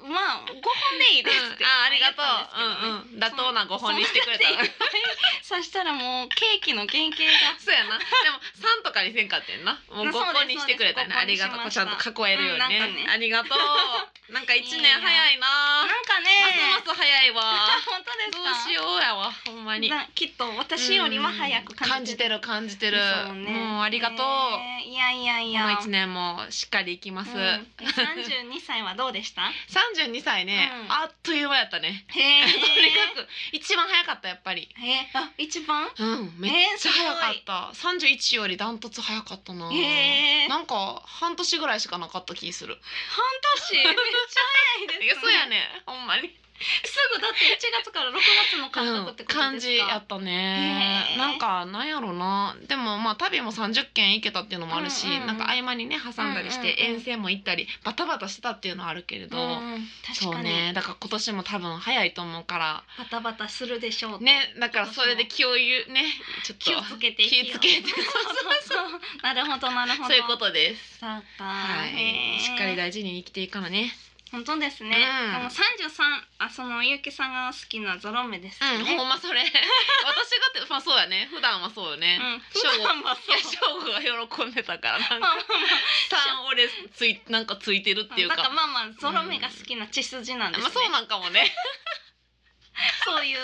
Speaker 2: 本まあ5本でいいですって、
Speaker 3: あありがと
Speaker 2: 言ったんですけどね
Speaker 3: ううんうん妥当な五本にしてくれた
Speaker 2: そんなん
Speaker 3: ら
Speaker 2: でいっぱいそしたらもうケーキの原型が
Speaker 3: そうやな。でも三とかにせんかってんな。もう
Speaker 2: まあそう
Speaker 3: 五
Speaker 2: です
Speaker 3: 個にしてくれたよね。
Speaker 2: そう
Speaker 3: あ
Speaker 2: で
Speaker 3: り
Speaker 2: す
Speaker 3: がとう。
Speaker 2: 五個に
Speaker 3: こう
Speaker 2: し
Speaker 3: ちゃ
Speaker 2: ました
Speaker 3: んと囲える
Speaker 2: うん
Speaker 3: よね
Speaker 2: なんかね。
Speaker 3: ありがとう。なんか一
Speaker 2: い
Speaker 3: 年
Speaker 2: やいや
Speaker 3: 早い
Speaker 2: な
Speaker 3: な。
Speaker 2: んかね
Speaker 3: ますます早いわ。
Speaker 2: 本当です
Speaker 3: ど
Speaker 2: か
Speaker 3: うしようやわ。ほんまに。
Speaker 2: なきっと私よりは早く感じてる
Speaker 3: る感じてる
Speaker 2: ですもんね
Speaker 3: もうありがとう。
Speaker 2: ねえいやいやいや
Speaker 3: この一年もしっかりいきます。
Speaker 2: うんえ32歳はどうでした
Speaker 3: 三十二歳ね
Speaker 2: う。ん
Speaker 3: あっという間やったね。
Speaker 2: へえ
Speaker 3: とにかく一番早かったやっぱり
Speaker 2: へえあ一番
Speaker 3: うんめっちゃ早かった三十一よりダントツ早かったな、
Speaker 2: へえ半
Speaker 3: なんか半年ぐらいしかなかった気する
Speaker 2: 年めっちゃ早いですね
Speaker 3: いやそうやねほんまに
Speaker 2: すぐだって1月から6月の感覚ってことですか、
Speaker 3: うん感じやったね
Speaker 2: へー
Speaker 3: なんかなんやろなでもまあ旅も30軒行けたっていうのもあるし、
Speaker 2: うんうんうん
Speaker 3: なんか合間にね挟んだりして
Speaker 2: うんうんうん
Speaker 3: 遠征も行ったりバタバタしてたっていうのはあるけれど、
Speaker 2: うん確
Speaker 3: そ
Speaker 2: か
Speaker 3: う
Speaker 2: に、
Speaker 3: ねだから今年も多分早いと思うか
Speaker 2: バタバタするでしょう
Speaker 3: ら
Speaker 2: と
Speaker 3: ねだからそれで気を言うねちょっと
Speaker 2: 気をつけていきよう
Speaker 3: 気をつけ
Speaker 2: そ
Speaker 3: て
Speaker 2: うそうそうなるほどなるほど
Speaker 3: そういうことです。
Speaker 2: そうか、
Speaker 3: はい、
Speaker 2: へー
Speaker 3: しっかり大事に生きていかなね。
Speaker 2: 本当ですね、
Speaker 3: うん
Speaker 2: でも33あそのゆうきさんが好きなゾロ目です
Speaker 3: うん、
Speaker 2: ね、
Speaker 3: ほんまそれ。私 がって、まあそうやね。普段はそうよね。
Speaker 2: うん
Speaker 3: しょう
Speaker 2: 普段はそ
Speaker 3: いや、
Speaker 2: う
Speaker 3: ショが喜んでたから、なん
Speaker 2: まあ
Speaker 3: か、三俺つい、なんかついてるっていう
Speaker 2: まあまあなんか
Speaker 3: か。
Speaker 2: まあまあゾロ目が好きな血筋なんです
Speaker 3: ま
Speaker 2: ね
Speaker 3: あ、、そうなんかもね。
Speaker 2: そういう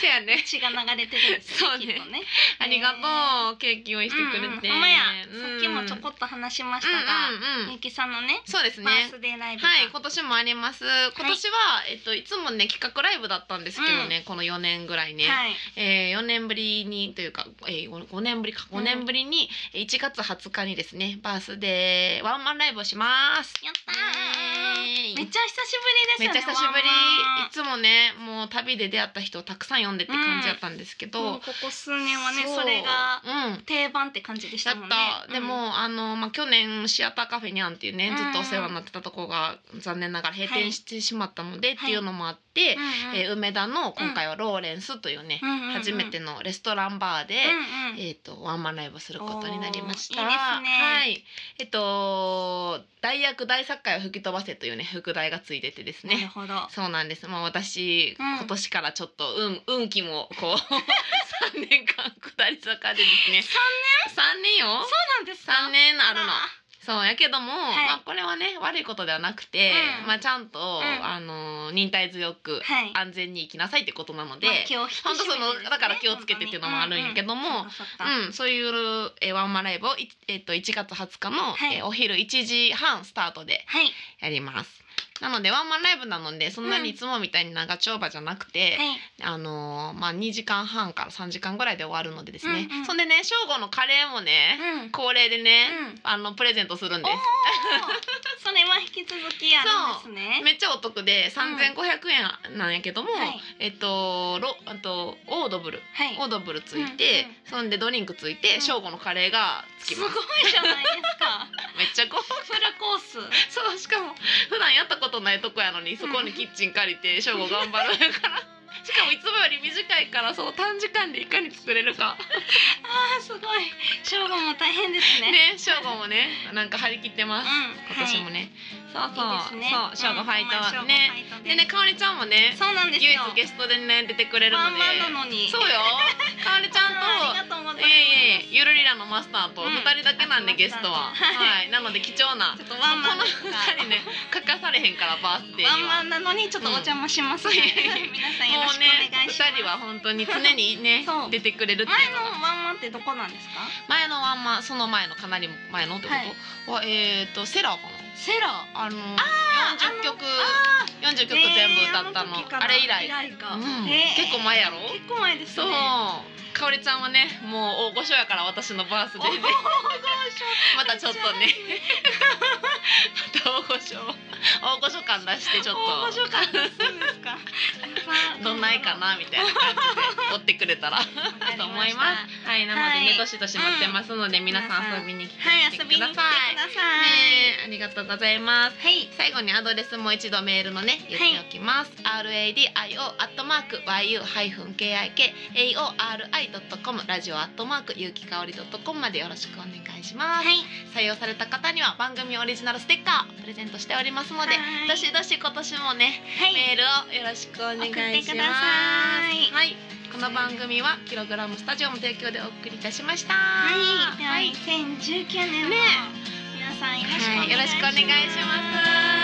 Speaker 3: せやね。
Speaker 2: 血が流れてるんです
Speaker 3: そうね
Speaker 2: きっとね
Speaker 3: ありがとう、ケーキ用意してく
Speaker 2: う
Speaker 3: れて。
Speaker 2: んうんほんまや、
Speaker 3: うん
Speaker 2: さっきもちょこっと話しました
Speaker 3: う
Speaker 2: が、
Speaker 3: んうんう
Speaker 2: ゆ
Speaker 3: ん
Speaker 2: うきさんのね
Speaker 3: そうです
Speaker 2: バー
Speaker 3: ね。
Speaker 2: スデーライブが、
Speaker 3: はい、今年もあります。今年は、えっと、いつもね、企画ライブだったんですけどね、この四年ぐらいね。
Speaker 2: はい
Speaker 3: えー、4年ぶりにというか、えー、5年ぶりか
Speaker 2: うん
Speaker 3: 5年ぶりにえー1月20日にですねバースデーワンマンライブをします。
Speaker 2: やったー
Speaker 3: イエーイ
Speaker 2: めっちゃ久しぶりです
Speaker 3: めっ
Speaker 2: よ
Speaker 3: ち
Speaker 2: ね
Speaker 3: ゃ久しぶり
Speaker 2: ワンマン
Speaker 3: いつもねもう旅で出会った人をたくさん呼んでって感じだったんですけ
Speaker 2: も
Speaker 3: ど
Speaker 2: う、ここ数年はね
Speaker 3: う
Speaker 2: それが
Speaker 3: うん
Speaker 2: 定番って感じでし
Speaker 3: だ
Speaker 2: た
Speaker 3: っ
Speaker 2: もんね
Speaker 3: た、でも、
Speaker 2: うん
Speaker 3: あの、まあ、去年シアターカフェニャンっていうね
Speaker 2: うん
Speaker 3: ずっとお世話になってたとこが残念ながら閉店してしまったので、っていうのもあって、
Speaker 2: うんうん
Speaker 3: えー梅田の今回はローレンスというね、
Speaker 2: うんうんうん
Speaker 3: 初めてのレストランバーで、
Speaker 2: うんうん
Speaker 3: えー、とワンマンライブをすることになりました。
Speaker 2: おーいいですね
Speaker 3: はい、えっ、と大役大作家を吹き飛ばせというね副題がついててです
Speaker 2: なる
Speaker 3: ね。
Speaker 2: ほど
Speaker 3: そうなんです。まあ私、
Speaker 2: うん
Speaker 3: 今年からちょっと運運気もこう 三年間下り坂でですね。三年？三年よ。
Speaker 2: そうなんですか
Speaker 3: 三年あるの。
Speaker 2: あ
Speaker 3: そうやけども、
Speaker 2: い
Speaker 3: まあこれはね悪いことではなくて、
Speaker 2: うん
Speaker 3: まあちゃんと、
Speaker 2: ん
Speaker 3: あの忍耐強く
Speaker 2: はい
Speaker 3: 安全に生きなさいってことなので。
Speaker 2: まあ気を引き締
Speaker 3: 本
Speaker 2: めてで
Speaker 3: 当
Speaker 2: す
Speaker 3: そ
Speaker 2: ね
Speaker 3: のだから気をつけてっていうのもあるんやけども、
Speaker 2: うんうんそっかそっか
Speaker 3: うん、そういう、えーワンマンライブをい、えっと1月20日の、
Speaker 2: はい
Speaker 3: えーお昼1時半スタートで
Speaker 2: はい
Speaker 3: やります。なのでワンマンライブなのでそんなにいつもみたいに長丁場じゃなくて、
Speaker 2: はい
Speaker 3: あのーまあ、2時間半から3時間ぐらいで終わるのでですね、
Speaker 2: うんうん
Speaker 3: そんでね正午のカレーもね、
Speaker 2: うん
Speaker 3: 恒例でね、
Speaker 2: うん
Speaker 3: あのプレゼントするんで
Speaker 2: おーそれは引き続きやるんですね
Speaker 3: すめっちゃお得で3500円なんやけども、
Speaker 2: はい
Speaker 3: えっとロあとオードブル
Speaker 2: はい
Speaker 3: オードブルつい
Speaker 2: う
Speaker 3: て、
Speaker 2: んうん
Speaker 3: そんでドリンクついて、
Speaker 2: うん
Speaker 3: 正午のカレーがつき
Speaker 2: す
Speaker 3: ま
Speaker 2: ごい
Speaker 3: す
Speaker 2: じゃないですか
Speaker 3: めっちゃ豪
Speaker 2: フルコース
Speaker 3: そうしかも普段やったことないとこやのにそこにキッチン借りて正午 頑張るからしかもいつもより短いからそう短時間でいかに作れるか
Speaker 2: あーすごい正午も大変ですね
Speaker 3: ね正午もねなんか張り切ってます、
Speaker 2: うん
Speaker 3: 今年もね、そうそう
Speaker 2: いいですね
Speaker 3: そう正午ファイ
Speaker 2: うん
Speaker 3: ト
Speaker 2: ほんまに正午
Speaker 3: ね
Speaker 2: ファイトで
Speaker 3: でねかおりちゃんもね
Speaker 2: そうなんです
Speaker 3: 唯一
Speaker 2: よ
Speaker 3: ゲストでね出てくれるの
Speaker 2: ワ
Speaker 3: で
Speaker 2: ンマンなのに
Speaker 3: そ うよかおりちゃんと
Speaker 2: あーありがとうございます、
Speaker 3: ええええゆるりらのマスターと
Speaker 2: うん
Speaker 3: 二人だけなんで、ゲストは、
Speaker 2: あそうなんだ
Speaker 3: はい、なので貴重な
Speaker 2: ちょっとワンマン
Speaker 3: この二人ね欠かされへんからバースデーに
Speaker 2: ワンマ
Speaker 3: は
Speaker 2: ンなのにちょっとお邪魔します、ね皆さんよろ
Speaker 3: も
Speaker 2: し
Speaker 3: う
Speaker 2: くお
Speaker 3: ね
Speaker 2: 願い
Speaker 3: 二
Speaker 2: します、
Speaker 3: 人は本当に常にね
Speaker 2: そう
Speaker 3: 出てくれるってい
Speaker 2: 前
Speaker 3: うの
Speaker 2: の
Speaker 3: が
Speaker 2: ワンマンってどこなんですか
Speaker 3: 前のワンマンその前のかなり前のってことは、えっ、とセラーか
Speaker 2: セラ
Speaker 3: なあの
Speaker 2: ー
Speaker 3: 40曲40曲全部歌ったの
Speaker 2: ねえ
Speaker 3: あ
Speaker 2: の時かな
Speaker 3: れ以来
Speaker 2: か、
Speaker 3: うん
Speaker 2: へえ
Speaker 3: 結構前やろ
Speaker 2: 結構前です
Speaker 3: そう
Speaker 2: ね
Speaker 3: かおりちゃんはねもう大御所やから私のバースデーでまたちょっとねまた大御所大御所感出してちょっと
Speaker 2: 大御所感 出すんですか
Speaker 3: どんないかなみたいな感じで追ってくれたら
Speaker 2: わかり
Speaker 3: と
Speaker 2: ました
Speaker 3: 思います。はい、なので
Speaker 2: は
Speaker 3: ね、
Speaker 2: い
Speaker 3: どしどし待ってますので、皆さん遊びに来て
Speaker 2: はい、
Speaker 3: き
Speaker 2: 遊
Speaker 3: て
Speaker 2: びに
Speaker 3: く
Speaker 2: 来てく
Speaker 3: ださ
Speaker 2: だ
Speaker 3: い。
Speaker 2: さい。
Speaker 3: ねえありがとうございます。
Speaker 2: はい、
Speaker 3: 最後にアドレスもう一度メールのね言っておきます、radio アットマーク yu ハイフン kik aori ドットコムラジオアットマーク有機香りドットコムまでよろしくお願いします、
Speaker 2: はい、
Speaker 3: 採用された方には番組オリジナルステッカープレゼントしておりますので
Speaker 2: はい
Speaker 3: どしどし今年もね
Speaker 2: はい、
Speaker 3: メールをよろしくお願いします。
Speaker 2: 送ってください
Speaker 3: はい、この番組はキログラムスタジオの提供でお送りいたしました。
Speaker 2: はい、では
Speaker 3: はい、
Speaker 2: 2019年も
Speaker 3: ね
Speaker 2: 皆さんよろしくお願いし
Speaker 3: はいよろしくお願いし
Speaker 2: ます。
Speaker 3: ます。